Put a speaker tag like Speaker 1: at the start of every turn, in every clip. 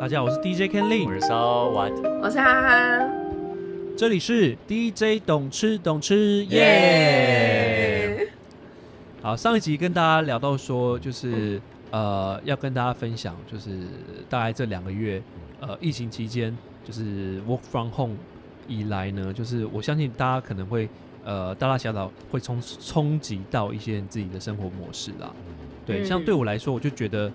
Speaker 1: 大家好，我是 DJ Ken
Speaker 2: 我
Speaker 1: Lin，
Speaker 2: 是烧完，
Speaker 3: 我是哈哈，
Speaker 1: 这里是 DJ 懂吃懂吃耶。
Speaker 2: 耶
Speaker 1: 好，上一集跟大家聊到说，就是呃，要跟大家分享，就是大概这两个月，呃，疫情期间，就是 work from home 以来呢，就是我相信大家可能会呃，大大小小会冲冲击到一些你自己的生活模式啦。对，像
Speaker 3: 嗯
Speaker 1: 对我来说，我就觉得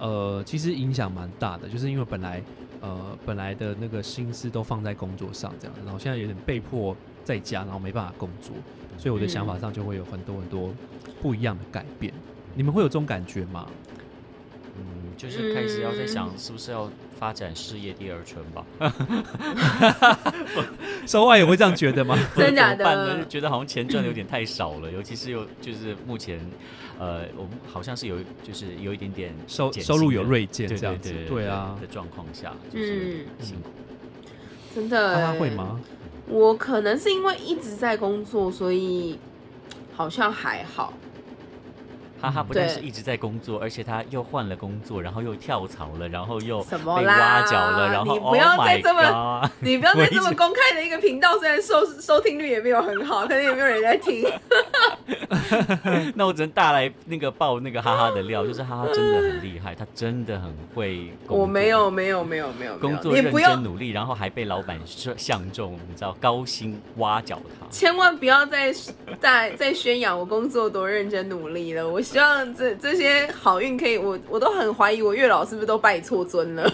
Speaker 1: 呃，其实影响蛮大的，就是因为本来呃本来的那个心思都放在工作上这样子，然后现在有点被迫在家，然后没办法工作，所以我的想法
Speaker 3: 嗯
Speaker 1: 上就会有很多很多不一样的改变。你们会有这种感觉吗？
Speaker 2: 嗯，就是开始要在想是不是要发展事业第二春吧？
Speaker 1: 烧外也会这样觉得吗？
Speaker 2: 不然
Speaker 3: 真假
Speaker 2: 怎么办呢
Speaker 3: 的
Speaker 2: 就觉得好像钱赚的有点太少了，尤其是有就是目前，呃，我们好像是有就是有一点点
Speaker 1: 收
Speaker 2: 减薪
Speaker 1: 收入有
Speaker 2: 的
Speaker 1: 锐减
Speaker 2: 对
Speaker 1: 这样子
Speaker 2: 对，对
Speaker 1: 对啊
Speaker 2: 的。状况下，就是
Speaker 3: 嗯
Speaker 2: 辛苦。
Speaker 3: 真的、
Speaker 1: 他啊会？吗？
Speaker 3: 我可能是因为一直在工作，所以好像还 好。
Speaker 2: 哈哈，
Speaker 1: 嗯
Speaker 2: 不但是
Speaker 3: 对
Speaker 2: 一直在工作，而且他又换了工作，然后又跳槽了，然后又
Speaker 3: 什么
Speaker 2: 被
Speaker 3: 啦
Speaker 2: 挖角了，然后
Speaker 3: 你不要
Speaker 2: oh
Speaker 3: 再
Speaker 2: my
Speaker 3: 这么
Speaker 2: god
Speaker 3: 你不要
Speaker 2: 我
Speaker 3: 在
Speaker 2: 一直
Speaker 3: 这么公开的一个频道，虽然收收听率也没有很好，但是也没有人在 听。
Speaker 2: 那我只能大来那个爆那个哈哈的料，就是哈哈真的很厉害，他真的很会工作。
Speaker 3: 我没有，没有，没有，没有，没有
Speaker 2: 工作
Speaker 3: 你
Speaker 2: 认
Speaker 3: 不要
Speaker 2: 真，努力，然后还被老板说相中，你知道高薪挖角他。
Speaker 3: 千万不要再再再宣扬我工作多认真努力了。我希望这这些好运可以，我我都很怀疑我月老是不是都拜错尊了。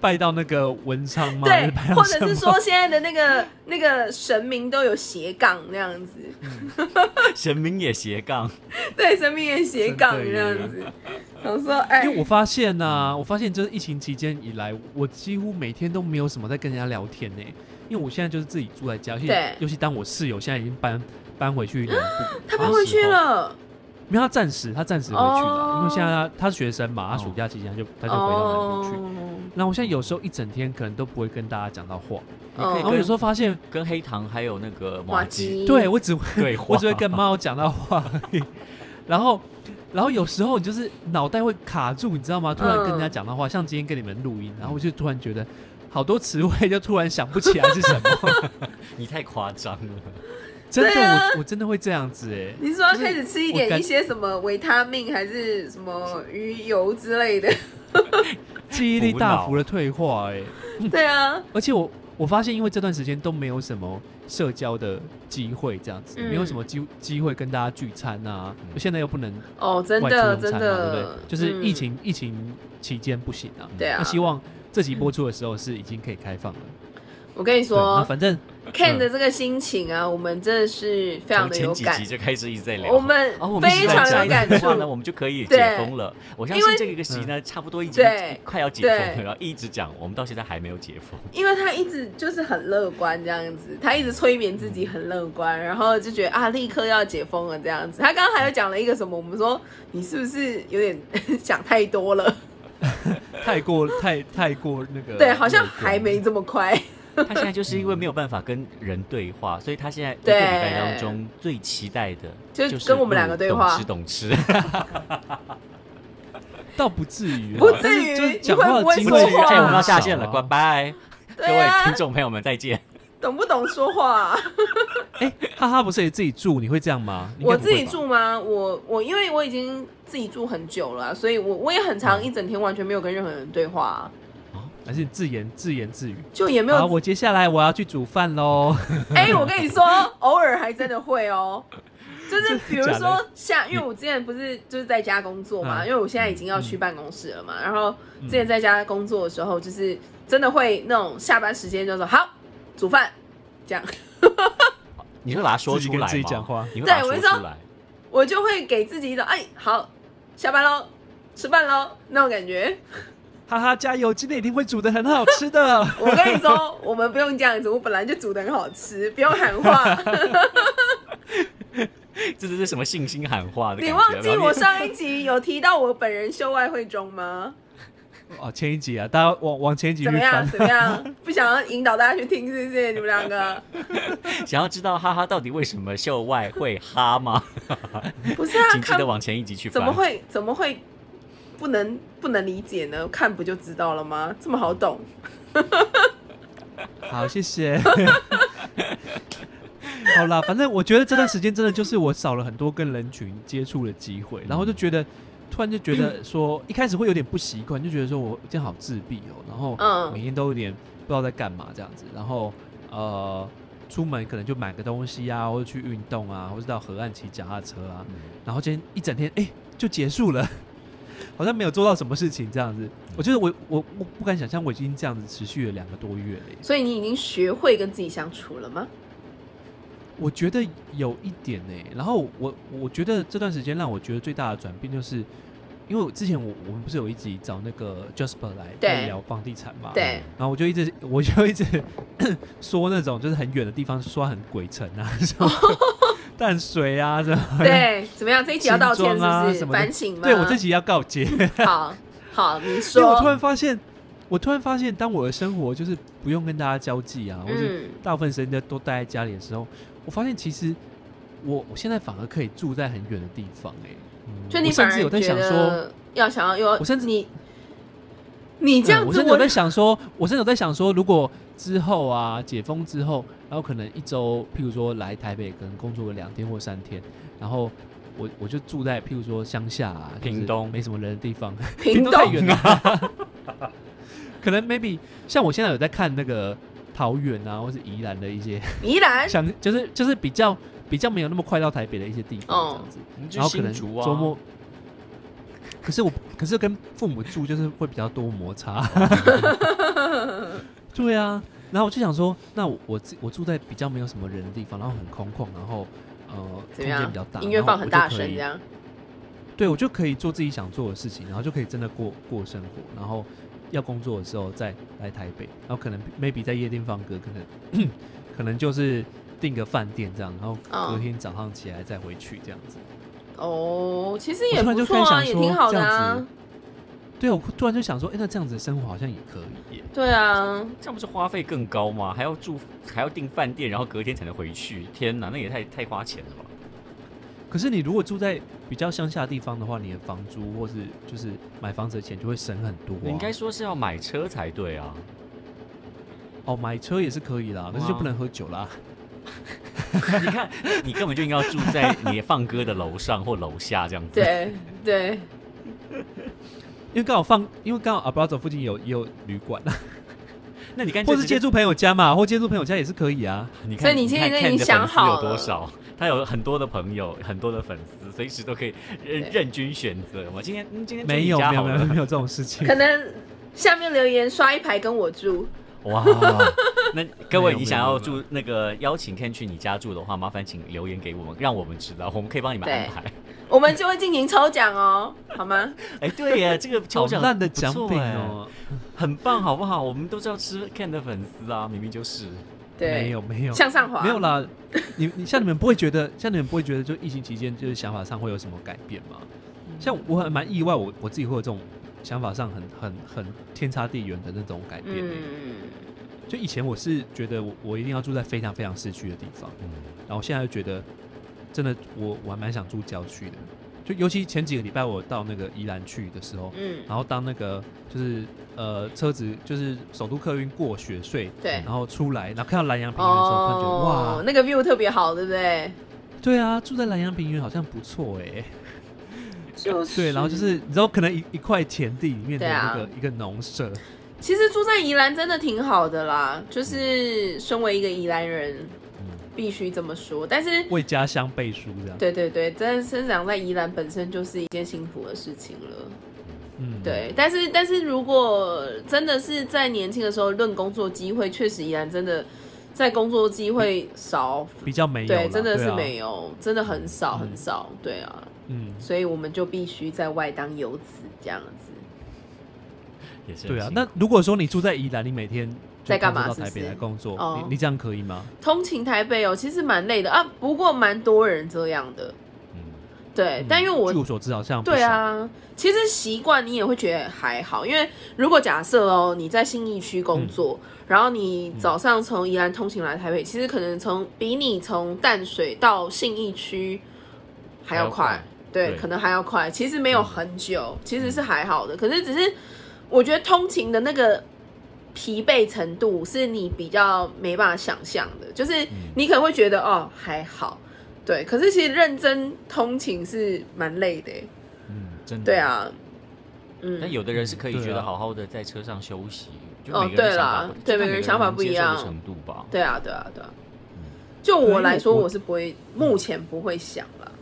Speaker 1: 拜到那个文昌吗？还
Speaker 3: 对
Speaker 1: 是拜，到
Speaker 3: 或者
Speaker 1: 什么
Speaker 3: 是说现在的那个 那个神明都有斜杠那样子，
Speaker 2: 神明也斜杠，
Speaker 3: 对，神明也斜杠
Speaker 1: 真的
Speaker 3: 那
Speaker 1: 耶
Speaker 3: 样子。我说，哎
Speaker 1: 因，为我发现呐、我发现就是疫情期间以来，我几乎每天都没有什么在跟人家聊天呢、因为我现在就是自己住在家，尤其
Speaker 3: 对
Speaker 1: 尤其当我室友现在已经搬搬回去南部，
Speaker 3: 他搬回去
Speaker 1: 的时候，
Speaker 3: 了，
Speaker 1: 没有他暂时他暂时回去了，
Speaker 3: 哦
Speaker 1: 因为现在他他是学生嘛，他
Speaker 2: 哦
Speaker 1: 暑假期间他就他就回到南部去。
Speaker 3: 哦，
Speaker 1: 那我现在有时候一整天可能都不会跟大家讲到话，
Speaker 2: 你
Speaker 3: 哎
Speaker 2: 可以
Speaker 1: 然后有时候发现，
Speaker 2: 跟黑糖还有那个
Speaker 3: 嗯马
Speaker 2: 马吉
Speaker 3: 吉，
Speaker 1: 对我只会
Speaker 2: 对
Speaker 1: 我
Speaker 2: 话
Speaker 1: 只会跟猫讲到话而已。然后，然后有时候你就是脑袋会卡住，你知道吗？突然跟人
Speaker 3: 嗯
Speaker 1: 家讲到话，像今天跟你们录音，然后我就突然觉得好多词汇就突然想不起来是什 么。
Speaker 2: 你太夸张了。
Speaker 1: 真的，
Speaker 3: 对啊
Speaker 1: 我我真的会这样子哎、
Speaker 3: 你说要开始吃一
Speaker 1: 我感
Speaker 3: 点一些什么维他命还是什么鱼油之类 的？
Speaker 1: 记忆力大幅的退化哎、
Speaker 3: 对啊，
Speaker 1: 而且我我发现，因为这段时间都没有什么社交的机会，这样子、
Speaker 3: 嗯
Speaker 1: 没有什么机机会跟大家聚餐啊。
Speaker 2: 嗯
Speaker 1: 现在又不能
Speaker 3: 哦，真
Speaker 1: 外出用
Speaker 3: 的
Speaker 1: 餐
Speaker 3: 真
Speaker 1: 嘛，对不
Speaker 3: 的
Speaker 1: 对？，就是疫
Speaker 3: 嗯，
Speaker 1: 情、疫情期间不行啊。
Speaker 3: 对啊
Speaker 1: 那，希望这集播出的时候是已经可以开放了。
Speaker 3: 我跟你
Speaker 1: 对，那
Speaker 3: 说
Speaker 1: 反嗯正
Speaker 3: ，Ken 的这个心情啊，我们真的是非
Speaker 2: 从
Speaker 3: 常的
Speaker 2: 前
Speaker 3: 有
Speaker 2: 几
Speaker 3: 感
Speaker 2: 集，就开始一直在聊，
Speaker 3: 我们
Speaker 2: 哦我们
Speaker 3: 非常有感
Speaker 2: 的
Speaker 3: 触
Speaker 2: 话。呢，我们就可以解
Speaker 3: 对
Speaker 2: 封了。我相
Speaker 3: 因
Speaker 2: 信
Speaker 3: 为
Speaker 2: 这个集呢，差不多已经
Speaker 3: 对
Speaker 2: 快要解封了，
Speaker 3: 对
Speaker 2: 然后一直讲，我们到现在还没有解封。
Speaker 3: 因为他一直就是很乐观这样子，他一直催眠自己很乐观，然后就觉得啊，立刻要解封了这样子。他刚刚还有讲了一个什么，我们说你是不是有点 想太多了？
Speaker 1: 太过 太太过那个，
Speaker 3: 对，好像还没这么快。
Speaker 2: 他现在就是因为没有办法跟人对话，所以他现在一个
Speaker 3: 对
Speaker 2: 礼拜当中最期待的
Speaker 3: 就是
Speaker 2: 是
Speaker 3: 跟我们两个对话
Speaker 2: 懂吃懂吃，
Speaker 1: 倒不至于啦，啊
Speaker 3: 不
Speaker 1: 但
Speaker 3: 至
Speaker 1: 是
Speaker 3: 于
Speaker 1: 就是
Speaker 3: 你
Speaker 1: 讲
Speaker 3: 会
Speaker 1: 话
Speaker 3: 不会
Speaker 1: 的机
Speaker 3: 说
Speaker 1: 会
Speaker 3: 话
Speaker 1: 就
Speaker 2: 哎，我们
Speaker 1: 很少
Speaker 2: 要下线了，
Speaker 1: 啊
Speaker 2: 拜拜，各
Speaker 3: 对
Speaker 2: 位
Speaker 3: 啊
Speaker 2: 听，众朋友们再见。
Speaker 3: 懂不懂说话、
Speaker 1: 哎，哈哈，不是也自己住，你会这样吗？你应该
Speaker 3: 我
Speaker 1: 不
Speaker 3: 自
Speaker 1: 会
Speaker 3: 己
Speaker 1: 吧，
Speaker 3: 住吗？我我因为我已经自己住很久了啊、所以我我也很常一整天完全没有跟任何人对话啊、
Speaker 1: 还是你自言自言自语？
Speaker 3: 就也没
Speaker 1: 好，
Speaker 3: 有。
Speaker 1: 我接下来我要去煮饭喽。
Speaker 3: 哎、我跟你说，偶尔还真的会哦。 就是比如
Speaker 1: 真的假
Speaker 3: 说下，因为我之前不是就是在家工作嘛，
Speaker 1: 嗯
Speaker 3: 因为我现在已经要去办公室了嘛，然后之前在家工作的时候，就是真的会那种下班时间就说好煮饭这样，
Speaker 2: 你会把它说
Speaker 1: 自己
Speaker 2: 出
Speaker 1: 跟
Speaker 2: 来吗
Speaker 1: 自己讲话
Speaker 2: 你会把它
Speaker 3: 对我
Speaker 2: 说
Speaker 3: 就
Speaker 2: 出
Speaker 3: 说
Speaker 2: 来。
Speaker 3: 我就会给自己一种哎好下班喽，吃饭喽那种感觉。
Speaker 1: 哈哈，加油！今天一定会煮的很好吃的。
Speaker 3: 我跟你说，我们不用这样子，我本来就煮的很好吃，不用喊 话。
Speaker 2: 这是什么信心喊话的感觉？
Speaker 3: 你忘记
Speaker 2: 然后
Speaker 3: 我上一集有提到我本人秀外慧中吗？
Speaker 1: 哦，前一集啊，大家往往前一集
Speaker 3: 怎
Speaker 1: 去
Speaker 3: 么样？
Speaker 1: 翻。
Speaker 3: 怎么样？ 不想要引导大家去听，是不是？你们 两个
Speaker 2: 想要知道哈哈到底为什么秀外会哈吗？
Speaker 3: 不是啊？
Speaker 2: 请记
Speaker 3: 看
Speaker 2: 得往前一集去翻。
Speaker 3: 怎么会怎么会？不能不能理解呢？看不就知道了吗？这么好懂，
Speaker 1: 好，谢谢。 好啦，反正我觉得这段时间真的就是我少了很多跟人群接触的机会，然后就觉得突然就觉得说，一开始会有点不习惯，就觉得说我这样好自闭哦、然后
Speaker 3: 嗯
Speaker 1: 每天都有点不知道在干嘛这样子，然后呃，出门可能就买个东西啊，或者去运动啊，或者到河岸骑脚踏车啊，然后今天一整天哎、就结束了， 好像没有做到什么事情这样子，
Speaker 3: 嗯
Speaker 1: 我觉得我我我不敢想象我已经这样子持续了两个多月了耶。
Speaker 3: 所以你已经学会跟自己相处了 吗？
Speaker 1: 我觉得有一点呢、然后我我觉得这段时间让我觉得最大的转变就是，因为我之前我我们不是有一集找那个 Jasper 来
Speaker 3: 对
Speaker 1: 来聊房地产嘛，
Speaker 3: 对，
Speaker 1: 然后我就一直 我就一直 说那种就是很远的地方说很鬼城啊，什 么淡水啊什么，
Speaker 3: 对，怎么样？这一集要道歉
Speaker 1: 新装啊
Speaker 3: 是
Speaker 1: 什
Speaker 3: 不
Speaker 1: 么
Speaker 3: 是？
Speaker 1: 的
Speaker 3: 反省吗？
Speaker 1: 对我自己要告诫，
Speaker 3: 好好，你
Speaker 1: 所以我突
Speaker 3: 说，
Speaker 1: 然发现，我突然发现，当我的生活就是不用跟大家交际啊，或是
Speaker 3: 嗯，
Speaker 1: 大部分时间都待在家里的时候，我发现其实我我现在反而可以住在很远的地方、欸，
Speaker 2: 嗯
Speaker 1: 哎，
Speaker 3: 就你
Speaker 1: 我甚
Speaker 3: 反
Speaker 1: 至有
Speaker 3: 而
Speaker 1: 在
Speaker 3: 觉
Speaker 1: 想说，
Speaker 3: 得要想要有，
Speaker 1: 我甚至
Speaker 3: 你你这样
Speaker 1: 嗯我
Speaker 3: 子
Speaker 1: 甚至有
Speaker 3: 我，
Speaker 1: 在想说，我甚至有在想说，如果之后啊解封之后，然后可能一周，譬如说来台北，可能工作个两天或三天，然后。我我就住在譬如说乡下啊，就是
Speaker 2: 屏东
Speaker 1: 没什么人的地方，
Speaker 3: 屏
Speaker 1: 太
Speaker 3: 东
Speaker 1: 远了。 可能 maybe 像我现在有在看那个桃园啊，或是宜兰的一些
Speaker 3: 宜兰
Speaker 1: 想就是就是比较比较没有那么快到台北的一些地方
Speaker 3: 哦
Speaker 1: 这样子，
Speaker 2: 你去
Speaker 1: 然后可
Speaker 2: 新
Speaker 1: 能
Speaker 2: 竹啊，
Speaker 1: 周末。可是我，可是跟父母住就是会比较多摩 擦。对啊，然后我就想说，那我我自我住在比较没有什么人的地方，然后很空旷，然后呃空
Speaker 3: 怎么
Speaker 1: 间
Speaker 3: 样
Speaker 1: 比较大，
Speaker 3: 音乐
Speaker 1: 然后
Speaker 3: 放很
Speaker 1: 我就
Speaker 3: 大
Speaker 1: 可
Speaker 3: 声
Speaker 1: 以
Speaker 3: 这样，
Speaker 1: 对我就可以做自己想做的事情，然后就可以真的过过生活，然后要工作的时候再来台北，然后可能 maybe 在夜店放歌，可能 可能就是订个饭店这样，然后隔
Speaker 3: 嗯
Speaker 1: 天早上起来再回去这样子。
Speaker 3: 哦，其实
Speaker 1: 我
Speaker 3: 也
Speaker 1: 突然
Speaker 3: 不
Speaker 1: 就
Speaker 3: 错
Speaker 1: 开始
Speaker 3: 啊，
Speaker 1: 想
Speaker 3: 也
Speaker 1: 说
Speaker 3: 挺好
Speaker 1: 这
Speaker 3: 的
Speaker 1: 样
Speaker 3: 啊
Speaker 1: 子，对，我突然就想说，哎、那这样子的生活好像也可以耶。
Speaker 3: 对啊，
Speaker 2: 这样不是花费更高吗？还要住，还要订饭店，然后隔天才能回去。天哪，那也太太花钱了吧？
Speaker 1: 可是你如果住在比较乡下的地方的话，你的房租或是就是买房子的钱就会省很多、啊。
Speaker 2: 你应该说是要买车才对啊。
Speaker 1: 哦，买车也是可以啦，可是就不能喝酒啦。
Speaker 2: 你看，你根本就应该要住在你放歌的楼上或楼下这样子。
Speaker 3: 对对，
Speaker 1: 因为刚好放，因为刚好阿布拉走附近有也有旅馆，
Speaker 2: 那你干
Speaker 1: 或
Speaker 2: 脆
Speaker 1: 是
Speaker 2: 直接
Speaker 1: 借，住朋友家嘛，或借住朋友家也是可以啊。
Speaker 2: 你看
Speaker 3: 所以你现在
Speaker 2: 看
Speaker 3: 已经
Speaker 2: Ken 的
Speaker 3: 想
Speaker 2: 粉丝有
Speaker 3: 好了
Speaker 2: 多少？他有很多的朋友，很多的粉丝，随时都可以任
Speaker 3: 对
Speaker 2: 任君选择。我今天嗯今天住
Speaker 1: 没
Speaker 2: 你
Speaker 1: 有
Speaker 2: 家
Speaker 1: 没有
Speaker 2: 好
Speaker 1: 没有没
Speaker 2: 了。
Speaker 1: 有这种事情
Speaker 3: 可。能下面留言刷一排跟我住，
Speaker 2: 哇， 那各
Speaker 1: 没
Speaker 2: 位
Speaker 1: 有
Speaker 2: 你想
Speaker 1: 没有
Speaker 2: 要
Speaker 1: 没有
Speaker 2: 住那个邀请 Ken 去你家住的话，麻烦请留言给我们，让我们知道，我们可以帮你们安
Speaker 3: 对
Speaker 2: 排。
Speaker 3: 我们就会进行抽奖哦，好吗？
Speaker 2: 哎，对呀，这个抽
Speaker 1: 好
Speaker 2: 奖
Speaker 1: 烂的
Speaker 2: 不
Speaker 1: 奖
Speaker 2: 错
Speaker 1: 品
Speaker 2: 哎，
Speaker 1: 哦、
Speaker 2: 很棒，好不好？我们都是要吃 Ken 的粉丝啊，明明就是。
Speaker 1: 没
Speaker 3: 对
Speaker 1: 有，没有
Speaker 3: 向上滑，
Speaker 1: 没有啦。你你像你们不会觉得，像你们不会觉得，就疫情期间就是想法上会有什么改变吗？
Speaker 3: 嗯
Speaker 1: 像我还蛮意外，我我自己会有这种想法上很很很天差地远的那种改变、欸。
Speaker 3: 嗯，
Speaker 1: 就以前我是觉得我我一定要住在非常非常市区的地方，
Speaker 2: 嗯
Speaker 1: 然后现在就觉得真的我我还蛮想住郊区的。就尤其前几个礼拜我到那个宜兰去的时候，
Speaker 3: 嗯，
Speaker 1: 然后当那个就是呃车子就是首都客运过雪隧，
Speaker 3: 对
Speaker 1: 然。后出来，然后看到南洋平原的时候，突然觉得哇，
Speaker 3: 哦那个 view 特别好，对不对？
Speaker 1: 对啊，住在南洋平原好像不错哎、
Speaker 3: 就是
Speaker 1: 对，然后就是你知道，可能一一块田地里面的
Speaker 3: 对啊
Speaker 1: 那个、一个农舍，
Speaker 3: 其实住在宜兰真的挺好的啦，就是身为一个宜兰人，
Speaker 2: 嗯
Speaker 3: 必须这么说。但是，
Speaker 1: 为家乡背书这样。，
Speaker 3: 对对对，真的生长在宜兰本身就是一件辛苦的事情了。
Speaker 1: 嗯，
Speaker 3: 对，但是但是如果真的是在年轻的时候论工作机会，确实宜兰真的在工作机会少，
Speaker 1: 比较没有啦，
Speaker 3: 对，真的是
Speaker 1: 啊
Speaker 3: 没有，真的很少
Speaker 1: 嗯
Speaker 3: 很少，对啊，
Speaker 1: 嗯，
Speaker 3: 所以我们就必须在外当游子这样子。
Speaker 2: 也是很
Speaker 1: 对啊。
Speaker 2: 辛苦
Speaker 1: 那如果说你住在宜兰，你每天就
Speaker 3: 在干嘛
Speaker 1: 工作到台
Speaker 3: 是不
Speaker 1: 北
Speaker 3: 是
Speaker 1: 来工作，
Speaker 3: 哦
Speaker 1: 你你这样可以吗？
Speaker 3: 通勤台北哦，其实蛮累的啊，不过蛮多人这样的，
Speaker 2: 嗯
Speaker 3: 对，但因为我
Speaker 1: 据我所知好像不
Speaker 3: 对
Speaker 1: 少，
Speaker 3: 啊，其实习惯你也会觉得还好，因为如果假设哦，你在信义区工作，然后你早上从宜兰通勤来台北，其实可能从比你从淡水到信义区还要快，，对，嗯
Speaker 2: 对
Speaker 3: 可能还要快。其实没有很久，其实是还好的，可是只是我觉得通勤的那个疲惫程度是你比较没办法想象的，就是你可能会觉得哦还好，对，可是其实认真通勤是蛮累的耶，欸
Speaker 2: 嗯，真的。
Speaker 3: 对。啊，
Speaker 2: 但
Speaker 3: 嗯，
Speaker 2: 有的人是可以
Speaker 1: 对啊
Speaker 2: 觉得好好的在车上休息，就
Speaker 3: 哦
Speaker 2: 每个人
Speaker 3: 对
Speaker 2: 想
Speaker 3: 啦
Speaker 2: 法不，
Speaker 3: 对
Speaker 2: 就看
Speaker 3: 每个人想法
Speaker 2: 能
Speaker 3: 不一
Speaker 2: 接受的
Speaker 3: 样
Speaker 2: 程度吧。
Speaker 3: 对啊，对啊，对啊。就我来说，
Speaker 1: 对因为我
Speaker 3: 我是不会，目前不会想了，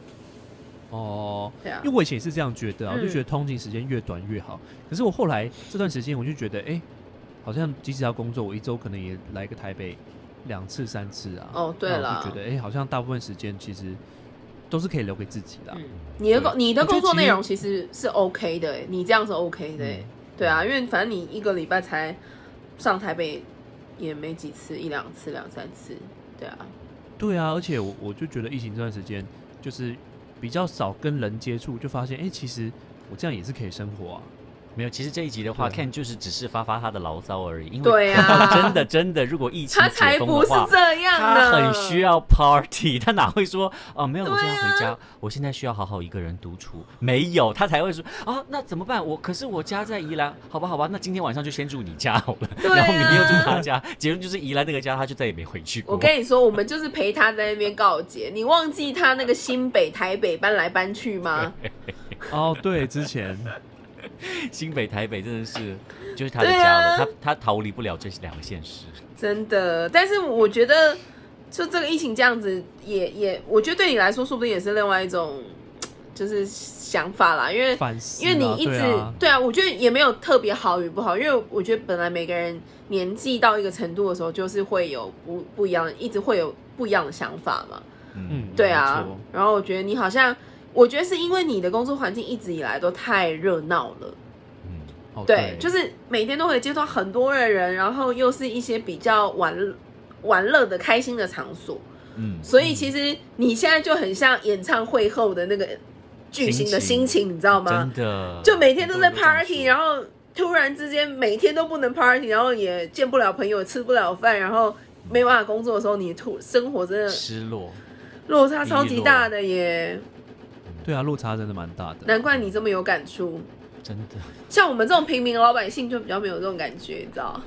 Speaker 1: 哦，
Speaker 3: 对啊
Speaker 1: 因为，我以前也是这样觉得啊，我就
Speaker 3: 嗯
Speaker 1: 觉得通勤时间越短越好。可是我后来这段时间，我就觉得，哎、好像即使要工作，我一周可能也来个台北两次、三次啊。
Speaker 3: 哦对
Speaker 1: 那我
Speaker 3: 啦
Speaker 1: 就觉得，哎、好像大部分时间其实都是可以留给自己的啊、
Speaker 3: 嗯你的工你的
Speaker 1: 我觉得
Speaker 3: 工作
Speaker 1: 其实
Speaker 3: 内容其实是 OK 的耶，你这样是 OK 的耶，对啊，因为反正你一个礼拜才上台北也没几次，一两次、两三次，对啊，
Speaker 1: 对啊，而且我我就觉得疫情这段时间就是比较少跟人接触，就发现，哎、其实我这样也是可以生活啊。
Speaker 2: 没有，其实这一集的话，
Speaker 1: 对
Speaker 2: 看就是只是发发他的牢骚而已，因为
Speaker 3: 对啊
Speaker 2: 真的真的，如果疫情
Speaker 3: 他才
Speaker 2: 解封
Speaker 3: 不
Speaker 2: 的
Speaker 3: 是
Speaker 2: 话。
Speaker 3: 这样
Speaker 2: 他
Speaker 3: 呢，
Speaker 2: 很啊需要 party，他 哪会说哦没有，
Speaker 3: 对
Speaker 2: 我
Speaker 3: 啊
Speaker 2: 现在回家，我现在需要好好一个人独处，没有，他才会说啊，那怎么办？我可是我家在宜兰，好吧好吧，那今天晚上就先住你家好了，
Speaker 3: 对啊
Speaker 2: 然后明天又住他家，结论就是宜兰那个家他就再也没回去过。
Speaker 3: 我跟你说，我们就是陪他在那边告解。你忘记他那个新北、台北搬来搬去吗？
Speaker 1: 哦，对，之 前
Speaker 2: 新北台北真的是就是他的
Speaker 3: 对啊
Speaker 2: 家了，他他逃离不了这两个现实。
Speaker 3: 真的。但是我觉得，就这个疫情这样子也，也我觉得对你来说，说不定也是另外一种就是想法啦。因为
Speaker 1: 反思、啊，
Speaker 3: 因为你一直
Speaker 1: 对啊
Speaker 3: 对啊，我觉得也没有特别好与不好，因为我觉得本来每个人年纪到一个程度的时候，就是会有不不一样的，一直会有不一样的想法嘛。
Speaker 2: 嗯
Speaker 1: 嗯，，
Speaker 3: 对啊
Speaker 1: 没错，
Speaker 3: 然后我觉得你好像，我觉得是因为你的工作环境一直以来都太热闹了，
Speaker 2: 嗯
Speaker 1: 哦
Speaker 3: 对，就是每天都会接触到很多的人，然后又是一些比较玩玩乐的、开心的场所，
Speaker 2: 嗯，
Speaker 3: 所以其实你现在就很像演唱会后的那个巨星的
Speaker 2: 心
Speaker 3: 心
Speaker 2: 情
Speaker 3: 情，你知道吗
Speaker 2: 真？的，
Speaker 3: 就每天都在 party，然
Speaker 2: 后
Speaker 3: 后突然之间每天都不能 party，然后也见不了朋友，吃不了饭，然后没办法工作的时候，你突生活真的
Speaker 2: 失落。
Speaker 3: 落差超级大的耶，
Speaker 1: 对啊，落差真的蛮大的。
Speaker 3: 难怪你这么有感触。
Speaker 2: 真的，
Speaker 3: 像我们这种平民老百姓就比较没有这种感觉，你知道？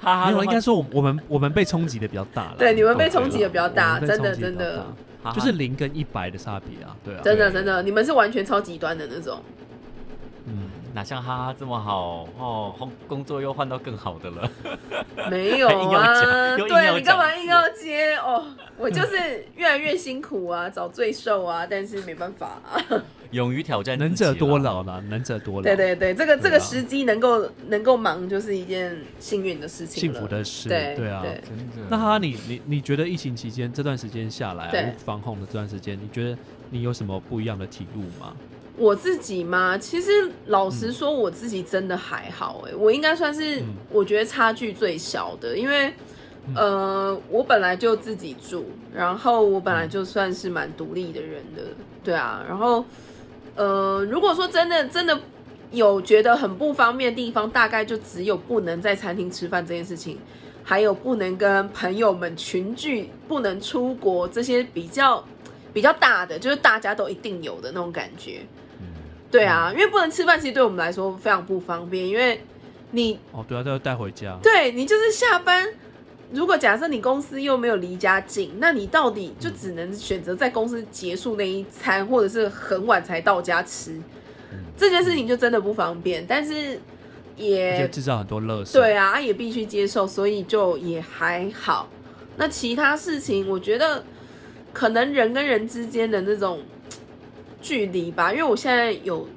Speaker 2: 哈哈
Speaker 1: 没
Speaker 2: 的
Speaker 1: 有，
Speaker 2: 话，
Speaker 1: 应该说我我们我们被冲击的比较大了。
Speaker 3: 对你们被
Speaker 1: 对
Speaker 3: 冲击的比较大
Speaker 1: 我们被
Speaker 3: 真的
Speaker 1: 冲击得
Speaker 3: 真的
Speaker 1: 比较大
Speaker 2: 哈哈
Speaker 1: 就是零跟一百的差别啊，对啊，
Speaker 3: 真的
Speaker 2: 对
Speaker 3: 真的，你们是完全超极端的那 种。
Speaker 1: 嗯，
Speaker 2: 哪像哈哈这么好哦，工工作又换到更好的了。
Speaker 3: 没有
Speaker 2: 硬要
Speaker 3: 啊，
Speaker 2: 讲又硬要
Speaker 3: 对
Speaker 2: 讲
Speaker 3: 你干嘛硬要接？哦，我就是越来越辛苦啊， 找罪受啊，但是没办法、啊。
Speaker 2: 勇于挑战，
Speaker 1: 能者多。劳啦，能者多劳，
Speaker 3: 对对对，这个这个
Speaker 1: 对啊
Speaker 3: 时机能够能够忙，就是一件幸运的事情
Speaker 1: 幸
Speaker 3: 了，
Speaker 1: 福的事，
Speaker 3: 对
Speaker 1: 对啊。
Speaker 3: 对
Speaker 2: 真的，
Speaker 1: 那哈哈，你你你觉得疫情期间这段时间下来、
Speaker 3: 对
Speaker 1: 啊，防控的这段时间，你觉得你有什么不一样的体悟吗？
Speaker 3: 我自己嘛，其实老实说，我自己真的还好哎、我应该算是
Speaker 1: 嗯
Speaker 3: 我觉得差距最小的，因为呃，我本来就自己住，然后我本来就算是蛮独立的人的，对啊，然后呃，如果说真的真的有觉得很不方便的地方，大概就只有不能在餐厅吃饭这件事情，还有不能跟朋友们群聚、不能出国这些比较比较大的，就是大家都一定有的那种感觉。对啊，
Speaker 1: 嗯
Speaker 3: 因为不能吃饭，其实对我们来说非常不方便，因为你
Speaker 1: 哦，对啊，都要带回家，
Speaker 3: 对你就是下班，如果假设你公司又没有离家近，那你到底就只能选择在公司结束那一餐，或者是很晚才到家吃，这件事情就真的不方便，但是
Speaker 1: 而
Speaker 3: 也
Speaker 1: 且制造很多乐事，
Speaker 3: 对啊，啊也必须接受，所以就也还好。那其他事情，我觉得可能人跟人之间的那种嘖距离吧，因为我现在有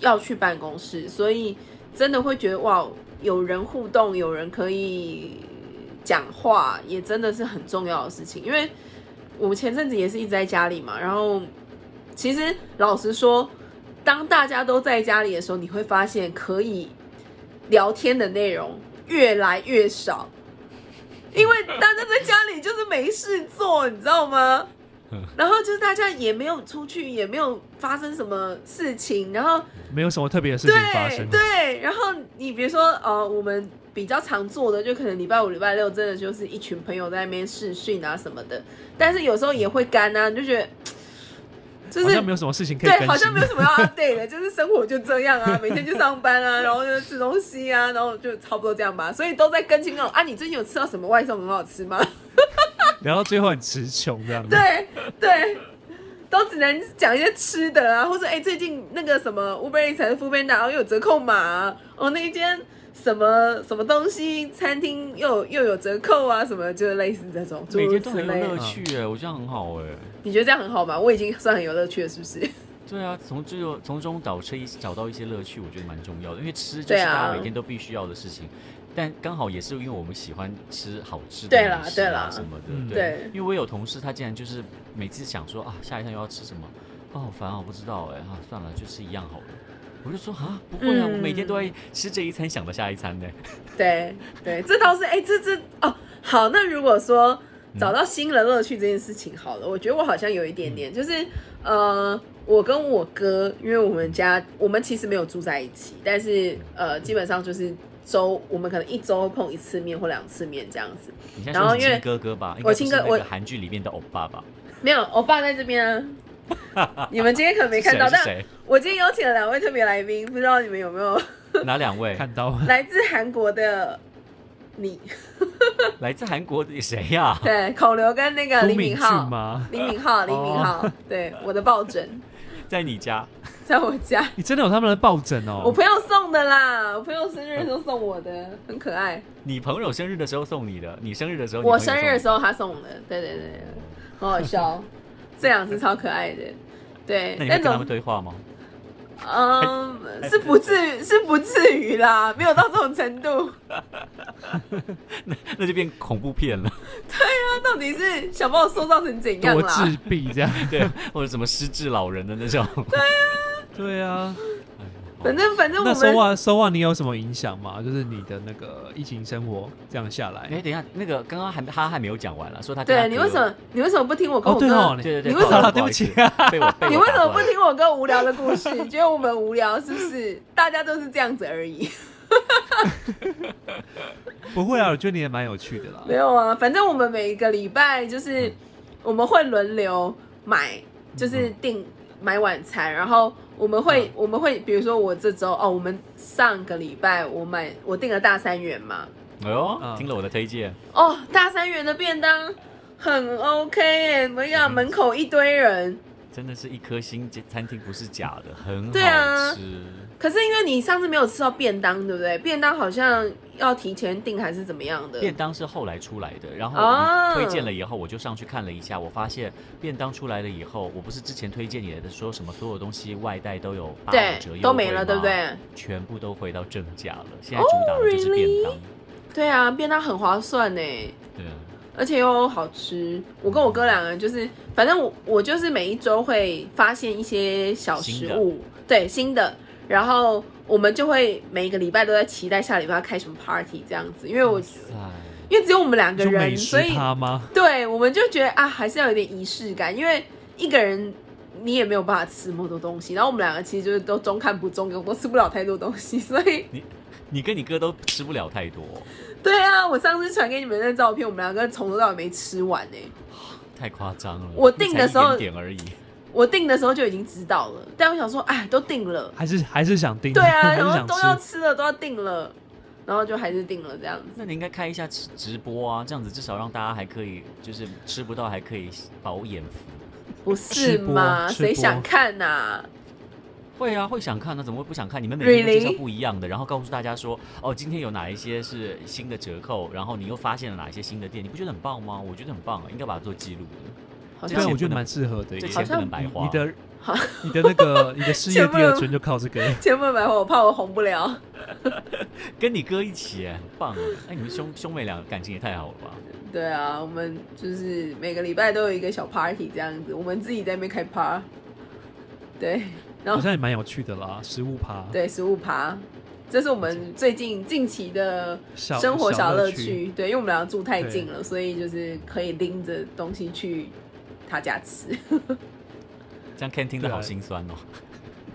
Speaker 3: 要去办公室，所以真的会觉得哇，有人互动，有人可以讲话，也真的是很重要的事情。因为我前阵子也是一直在家里嘛，然后其实老实说，当大家都在家里的时候，你会发现可以聊天的内容越来越少，因为大家在家里就是没事做，你知道吗？
Speaker 1: 嗯
Speaker 3: 然后就是大家也没有出去，也没有发生什么事情，然后
Speaker 1: 没有什么特别的事情发生，
Speaker 3: 对对，然后你比如说呃，我们比较常做的，就可能礼拜五、礼拜六真的就是一群朋友在那边试训啊什么的，但是有时候也会干啊，你就觉得。就
Speaker 1: 好
Speaker 3: 是
Speaker 1: 像没有什么事情可以更
Speaker 3: 对，
Speaker 1: 新，
Speaker 3: 好像没有什 么要 update 的，就是生活就这样啊，每天去上班啊，然后就吃东西啊，然后就差不多这样吧。所以都在更新那种啊，你最近有吃到什么外送很好吃 吗？
Speaker 1: 聊到最后很词穷这样子。
Speaker 3: 对对，都只能讲一些吃的啊，或者哎、最近那个什么 Uber Eats 还是 Foodpanda 然后有折扣码啊、哦那一间什么什么东西餐厅又有又有折扣啊，什么就是类似这种，诸
Speaker 2: 每
Speaker 3: 如
Speaker 2: 天都
Speaker 3: 此
Speaker 2: 很有
Speaker 3: 类
Speaker 2: 乐
Speaker 3: 的。
Speaker 2: 趣哎，我觉得很好哎。
Speaker 3: 你觉得这样很好吗？我已经算很有乐趣了，是不是？
Speaker 2: 对啊，从这个从中找车一找到一些乐趣，我觉得蛮重要的，因为吃就
Speaker 3: 对
Speaker 2: 是
Speaker 3: 啊
Speaker 2: 大家每天都必须要的事情。但刚好也是因为我们喜欢吃好吃的
Speaker 3: 对啦
Speaker 2: 美食啊
Speaker 3: 对啦
Speaker 2: 什么的，
Speaker 1: 嗯
Speaker 3: 对
Speaker 2: 因为我有同事，他竟然就是每次想说啊，下一餐又要吃什么，哦，好烦啊，我不知道哎、啊，算了，就吃一样好了。我就说啊，不会啊，
Speaker 3: 嗯
Speaker 2: 我每天都在吃这一餐，想到下一餐呢、
Speaker 3: 对对，这倒是哎、这这哦，好，那如果说找到新的乐趣这件事情好了，我觉得我好像有一点
Speaker 2: 嗯
Speaker 3: 点，就是呃，我跟我哥，因为我们家我们其实没有住在一起，但是呃，基本上就是周我们可能一周碰一次面或两次面这样子，
Speaker 2: 你现在
Speaker 3: 然后
Speaker 2: 说是
Speaker 3: 因为
Speaker 2: 亲哥哥吧，应
Speaker 3: 我
Speaker 2: 该不
Speaker 3: 亲
Speaker 2: 是
Speaker 3: 哥
Speaker 2: 那
Speaker 3: 我
Speaker 2: 个韩剧里面的欧巴吧？
Speaker 3: 没有，欧巴在这边啊。 你们今天可能没看到，
Speaker 2: 是
Speaker 3: 但
Speaker 2: 谁
Speaker 3: 我今天邀请了两位特别来宾，不知道你们有没有
Speaker 2: 是谁？哪两位？
Speaker 1: 看到
Speaker 3: 来自韩国的你，
Speaker 2: 来自韩国的谁呀、
Speaker 3: 对，孔刘跟那个
Speaker 1: 都
Speaker 3: 李
Speaker 1: 敏
Speaker 3: 敏
Speaker 1: 俊
Speaker 3: 镐，
Speaker 1: 吗？
Speaker 3: 李敏镐，李敏镐，对，我的抱枕
Speaker 2: 在你家？
Speaker 3: 在我家，
Speaker 1: 你真的有他们的抱枕哦？
Speaker 3: 我朋友送的啦，我朋友生日的时候送我的，很可爱。
Speaker 2: 你朋友生日的时候送你的，你生日的时候你
Speaker 3: 我
Speaker 2: 朋友
Speaker 3: 生日的
Speaker 2: 送
Speaker 3: 时候他送的，对对对，很好笑，这两只超可爱的。对
Speaker 2: 你，那你会
Speaker 3: 那
Speaker 2: 跟他
Speaker 3: 种
Speaker 2: 们对话吗？
Speaker 3: 嗯，是不至于是不至于啦，没有到这种程度。
Speaker 2: 那就变恐怖片了，
Speaker 3: 他到底是想把我塑造成怎样
Speaker 1: 多
Speaker 3: 啦
Speaker 1: 自？闭这样？
Speaker 2: 对，或者什么失智老人的那种。
Speaker 1: 对啊，
Speaker 3: 反正反正我
Speaker 1: 那收
Speaker 3: 们
Speaker 1: 啊收啊，你有什么影响吗？就是你的那个疫情生活这样下
Speaker 2: 哎，
Speaker 1: 来，
Speaker 2: 等一下，那个刚刚还他还没有讲完啊了，说他跟他
Speaker 3: 对你
Speaker 2: 哥
Speaker 3: 为什么你为什么不啊听我跟
Speaker 1: 哦
Speaker 3: 我
Speaker 1: 对
Speaker 3: 哥
Speaker 1: 哦？，
Speaker 2: 对对对，
Speaker 3: 你为什么
Speaker 2: 不好
Speaker 1: 对不
Speaker 2: 意思
Speaker 1: 起？啊
Speaker 2: 被我被我
Speaker 3: 你为什
Speaker 2: 打
Speaker 3: 么
Speaker 2: 断
Speaker 3: 不听我哥无聊的故事？你觉得我们无聊是不是？大家都是这样子而已。
Speaker 1: 不会啊，我觉得你也蛮有趣的啦
Speaker 3: 没。有啊，反正我们每个礼拜
Speaker 2: 嗯
Speaker 3: 就是我们会轮流买，就是订买晚餐，然后我们会、
Speaker 2: 嗯
Speaker 3: 我们会比如说我这周哦，我们上个礼拜我买我订了大三元嘛，
Speaker 2: 哎呦，
Speaker 1: 嗯
Speaker 2: 听了我的推荐，
Speaker 3: 哦，大三元的便当很 OK 耶，我跟你
Speaker 2: 嗯
Speaker 3: 讲门口一堆人，
Speaker 2: 真的是一颗星餐厅不是假的，很
Speaker 3: 对啊
Speaker 2: 好吃。
Speaker 3: 可是因为你上次没有吃到便当，对不对？便当好像要提前订还是怎么样的？
Speaker 2: 便当是后来出来的，然后
Speaker 3: 哦
Speaker 2: 你推荐了以后，我就上去看了一下，我发现便当出来了以后，我不是之前推荐你的说什么所有东西外带都有八
Speaker 3: 对
Speaker 2: 五折优惠，
Speaker 3: 都没了，
Speaker 2: 吗
Speaker 3: 对不？对？
Speaker 2: 全部都回到正价了，现在主打的就是便当。
Speaker 3: 对啊，便当很划算欸呢。
Speaker 2: 对啊，
Speaker 3: 而且又好吃。我跟我哥两个人就是，反正我我就是每一周会发现一些小食物，对新的，然后我们就会每一个礼拜都在期待下礼拜要开什么 party 这样子，因为我
Speaker 2: 塞，
Speaker 3: 因为只有我们两
Speaker 1: 你
Speaker 3: 个
Speaker 1: 说美
Speaker 3: 人，
Speaker 1: 食
Speaker 3: 所以
Speaker 1: 趴吗？
Speaker 3: 对我们就觉得啊，还是要有点仪式感，因为一个人。你也没有办法吃那么多东西，然后我们两个其实就是都中看不中用，都吃不了太多东西，所以
Speaker 2: 你跟你哥都吃不了太多，
Speaker 3: 对啊，我上次传给你们那照片，我们两个从头到尾没吃完欸呢、
Speaker 2: 太夸张了。
Speaker 3: 我订的时候
Speaker 2: 那才一点点而已，
Speaker 3: 我订的时候就已经知道了，但我想说，哎，都订 了，
Speaker 1: 还是还是想订？
Speaker 3: 对啊，
Speaker 1: 还是
Speaker 3: 然后
Speaker 1: 想
Speaker 3: 都要
Speaker 1: 吃？
Speaker 3: 吃了，都要订了，然后就还是订了这样子。
Speaker 2: 那你应该开一下直直播啊，这样子至少让大家还可以，就是吃不到还可以饱眼福。
Speaker 3: 不是嘛？
Speaker 1: 吃播吃播
Speaker 3: 谁想看呐、啊？
Speaker 2: 会啊，会想看的，怎么会不想看？你们每天都介
Speaker 3: Really？
Speaker 2: 绍不一样的，然后告诉大家说，哦，今天有哪一些是新的折扣，然后你又发现了哪一些新的店，你不觉得很棒吗？我觉得很棒啊，应该把它做记录的，
Speaker 3: 好
Speaker 1: 对
Speaker 3: 像
Speaker 1: 啊，
Speaker 2: 这
Speaker 1: 我觉得蛮适合的耶。
Speaker 2: 这
Speaker 1: 你
Speaker 2: 钱不能白花。
Speaker 1: 你的
Speaker 3: 好
Speaker 1: 你的那个你的事业
Speaker 3: 全部
Speaker 1: 第二春就靠这 个。
Speaker 3: 千万别我怕我红不了。
Speaker 2: 跟你哥一起，很棒啊！哎，你们兄兄妹俩感情也太好了吧？
Speaker 3: 对啊，我们就是每个礼拜都有一个小 party 这样子，我们自己在那边开趴。对，然
Speaker 1: 好
Speaker 3: 后
Speaker 1: 像也蛮有趣的啦，食物趴，
Speaker 3: 对十五趴，这是我们最近近期的
Speaker 1: 小
Speaker 3: 生活小
Speaker 1: 乐
Speaker 3: 乐。趣。对，因为我们两个住太近了，所以就是可以拎着东西去他家吃。
Speaker 2: 这样 Ken 听得
Speaker 1: 对啊
Speaker 2: 好心酸哦。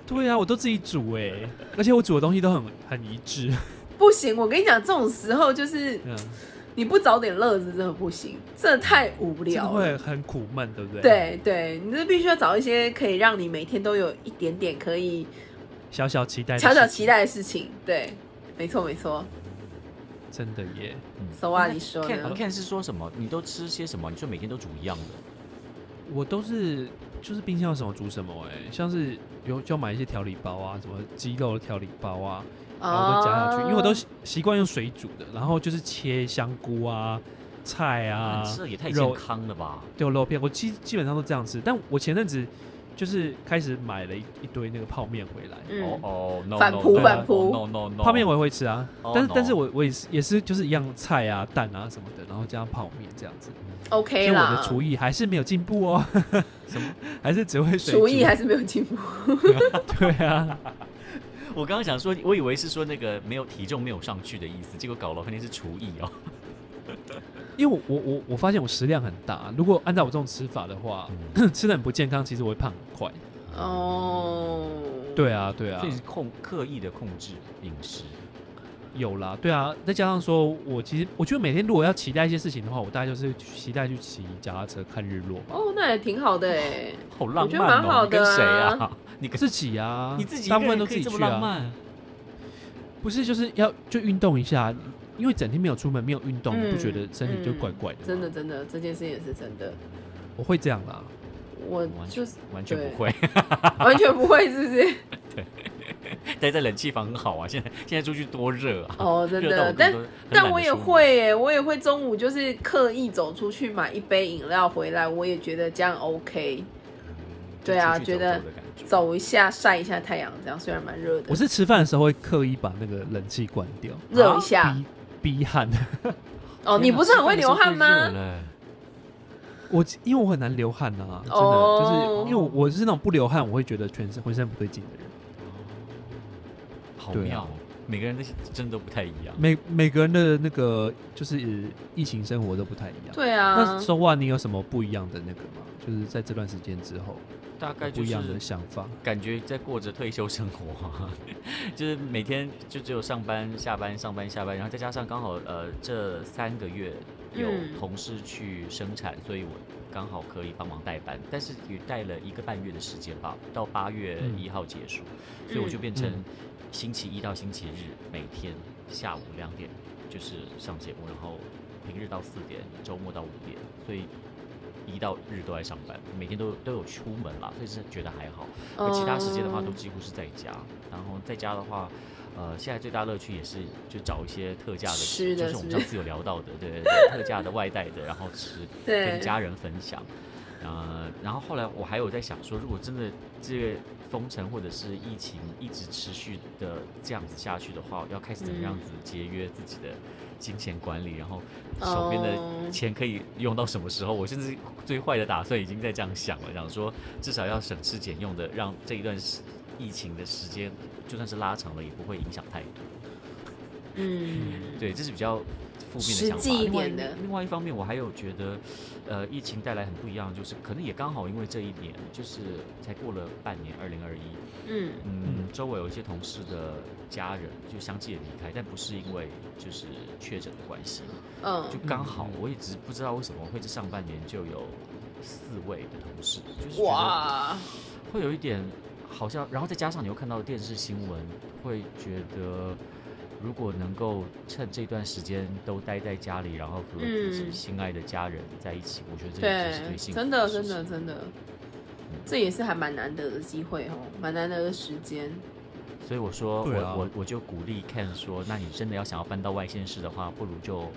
Speaker 1: 对啊，我都自己煮哎、而且我煮的东西都很很一致。
Speaker 3: 不行，我跟你讲，这种时候就是
Speaker 1: 嗯，
Speaker 3: 你不找点乐子真的不行，真的太无
Speaker 1: 真的
Speaker 3: 聊了。
Speaker 1: 会很苦闷，对不对？，
Speaker 3: 对对，你这必须要找一些可以让你每天都有一点点可以
Speaker 1: 小小期待，
Speaker 3: 小小期，待的事情。对，没错没错。
Speaker 1: 真的耶。
Speaker 3: So what 啊你说
Speaker 2: 看
Speaker 3: 呢？
Speaker 2: 看嗯是说什么？你都吃些什么？你说每天都煮一样的，
Speaker 1: 我都是就是冰箱有什么煮什么，哎，像是有就要买一些调理包啊，什么鸡肉的调理包啊，
Speaker 3: 哦
Speaker 1: 然后都加下去，因为我都习习惯用水煮的，然后就是切香菇啊、菜啊
Speaker 2: 你、
Speaker 3: 哦
Speaker 2: 吃的也太健
Speaker 1: 肉
Speaker 2: 康了吧？
Speaker 1: 丢肉片，我基基本上都这样吃。但我前阵子就是开始买了一一堆那个泡面回来，
Speaker 2: 哦
Speaker 3: 嗯，
Speaker 2: 哦，no
Speaker 3: 反
Speaker 2: no
Speaker 3: 扑
Speaker 2: no
Speaker 1: 反
Speaker 2: no
Speaker 3: 扑
Speaker 2: no no no，
Speaker 1: 泡面我也会吃啊，
Speaker 2: 哦
Speaker 1: 但是
Speaker 2: no
Speaker 1: 但是我我也是也是就是一样菜啊、蛋啊什么的，然后加上泡面这样子。所
Speaker 3: OK
Speaker 1: 以我的
Speaker 3: 啦。
Speaker 1: 厨艺还是没有进步哦， 什么还是只会水煮
Speaker 3: 厨艺还是没有进步。
Speaker 1: 对啊，
Speaker 2: 我刚刚想说，我以为是说那个没有体重没有上去的意思，结果搞了半天是厨艺哦。
Speaker 1: 因为我我我我发现我食量很大，如果按照我这种吃法的话，
Speaker 2: 嗯
Speaker 1: 吃的很不健康，其实我会胖很快。
Speaker 3: 哦，
Speaker 1: 对啊，对啊
Speaker 2: 所，以是控刻意的控制饮食，
Speaker 1: 有啦，对啊，再加上说我其实我觉得每天如果要期待一些事情的话，我大概就是期待去骑脚踏车看日落吧，
Speaker 3: 哦，那也挺好的哎。
Speaker 2: 好浪
Speaker 3: 我觉得
Speaker 2: 漫哦！
Speaker 3: 蛮好
Speaker 2: 你跟
Speaker 3: 的
Speaker 2: 谁
Speaker 3: 啊
Speaker 2: 啊？ 你跟
Speaker 1: 自己啊，
Speaker 2: 你自己一
Speaker 1: 大
Speaker 2: 个
Speaker 1: 部分
Speaker 2: 人
Speaker 1: 都
Speaker 2: 可
Speaker 1: 自己
Speaker 2: 以这么
Speaker 1: 去
Speaker 2: 浪
Speaker 1: 啊，
Speaker 2: 漫，
Speaker 1: 不是就是要就运动一下，因为整天没有出门没有运动，
Speaker 3: 嗯
Speaker 1: 你不觉得身体就怪怪的、
Speaker 3: 真的，真的，这件事情也是真的。
Speaker 1: 我会这样啦。
Speaker 3: 我
Speaker 2: 完全
Speaker 3: 就是
Speaker 2: 完全
Speaker 3: 对
Speaker 2: 不会。
Speaker 3: 完全不会，是不是？
Speaker 2: 待在冷气房很好啊，现在现在出去多热啊！
Speaker 3: 哦， 真
Speaker 2: 热到我
Speaker 3: 的，
Speaker 2: 根本都
Speaker 3: 但
Speaker 2: 很懒
Speaker 3: 但
Speaker 2: 得
Speaker 3: 我也
Speaker 2: 出门，
Speaker 3: 会耶，我也会中午就是刻意走出去买一杯饮料回来，我也觉得这样 OK，
Speaker 2: 就
Speaker 3: 对啊
Speaker 2: 出去
Speaker 3: 觉
Speaker 2: 走
Speaker 3: 得
Speaker 2: 走的感觉
Speaker 3: 走一下晒一下太阳，这样虽然蛮热的，
Speaker 1: 我是吃饭的时候会刻意把那个冷气关掉，
Speaker 3: 热一下。
Speaker 1: 逼逼汗。
Speaker 3: 哦，你不是很会流汗
Speaker 2: 天哪吃饭的时候太？热
Speaker 3: 吗
Speaker 2: 了
Speaker 1: 我因为我很难流汗呐、真的
Speaker 3: 哦
Speaker 1: 就是因为我我是那种不流汗我会觉得全身浑身不对劲的人。
Speaker 2: 好
Speaker 1: 对啊
Speaker 2: 妙哦！每个人的真的都不太一样。
Speaker 1: 每每个人的那个就是呃疫情生活都不太一样。
Speaker 3: 对啊
Speaker 1: 那，说话你有什么不一样的那个吗？就是在这段时间之后，
Speaker 2: 大概
Speaker 1: 不
Speaker 2: 就
Speaker 1: 一
Speaker 2: 是
Speaker 1: 样的想法。
Speaker 2: 感觉在过着退休生活 啊、就是每天就只有上班、下班、上班、下班，然后再加上刚好呃这三个月有
Speaker 3: 嗯
Speaker 2: 同事去生产，所以我刚好可以帮忙代班，但是也带了一个半月的时间吧，到八月
Speaker 1: 嗯
Speaker 2: 一号结束，所以我就变成
Speaker 1: 嗯
Speaker 2: 星期一到星期日每天下午两点就是上节目，然后平日到四点，周末到五点，所以。一到日都在上班，每天都都有出门啦，所以是觉得还好。而其他时间的话都
Speaker 3: 嗯
Speaker 2: 几乎是在家，然后在家的话，呃，现在最大乐趣也是就找一些特价的，
Speaker 3: 吃的
Speaker 2: 就是我们
Speaker 3: 是不
Speaker 2: 上
Speaker 3: 是
Speaker 2: 次有聊到的，对对对，特价的外带的，然后吃跟
Speaker 3: 对，
Speaker 2: 家人分享。呃，然后后来我还有在想说，如果真的这个封城或者是疫情一直持续的这样子下去的话，要开始怎么样
Speaker 3: 嗯
Speaker 2: 子节约自己的金钱管理，然后手边的
Speaker 3: 哦
Speaker 2: 钱可以用到什么时候？我甚至最坏的打算已经在这样想了，想说至少要省吃俭用的，让这一段时疫情的时间就算是拉长了，也不会影响太多。
Speaker 3: 嗯，
Speaker 2: 对，这是比较负面的
Speaker 3: 实
Speaker 2: 想法。
Speaker 3: 际一
Speaker 2: 另外
Speaker 3: 点的
Speaker 2: 另外一方面，我还有觉得，呃，疫情带来很不一样的，就是可能也刚好因为这一年，就是才过了半年，二零二一，
Speaker 3: 嗯
Speaker 2: 嗯，周围有一些同事的家人就相继的离开，但不是因为就是确诊的关系，
Speaker 3: 嗯
Speaker 2: 就刚好我也只不知道为什么会这上半年就有四位的同事，就是觉得
Speaker 3: 哇，
Speaker 2: 会有一点好像，然后再加上你又看到电视新闻，会觉得如果能够趁这段时间都待在家里，然后和自己
Speaker 3: 嗯
Speaker 2: 心爱的家人在一起，我觉得这也是
Speaker 3: 对
Speaker 2: 最，幸福
Speaker 3: 真的
Speaker 2: 事
Speaker 3: 真
Speaker 2: 情
Speaker 3: 的真的，这也是还蛮难得的机会哦，蛮难得的时间。
Speaker 2: 所以我说，
Speaker 1: 对啊
Speaker 2: 我我我就鼓励 Ken 说，那你真的要想要搬到外县市的话，不如就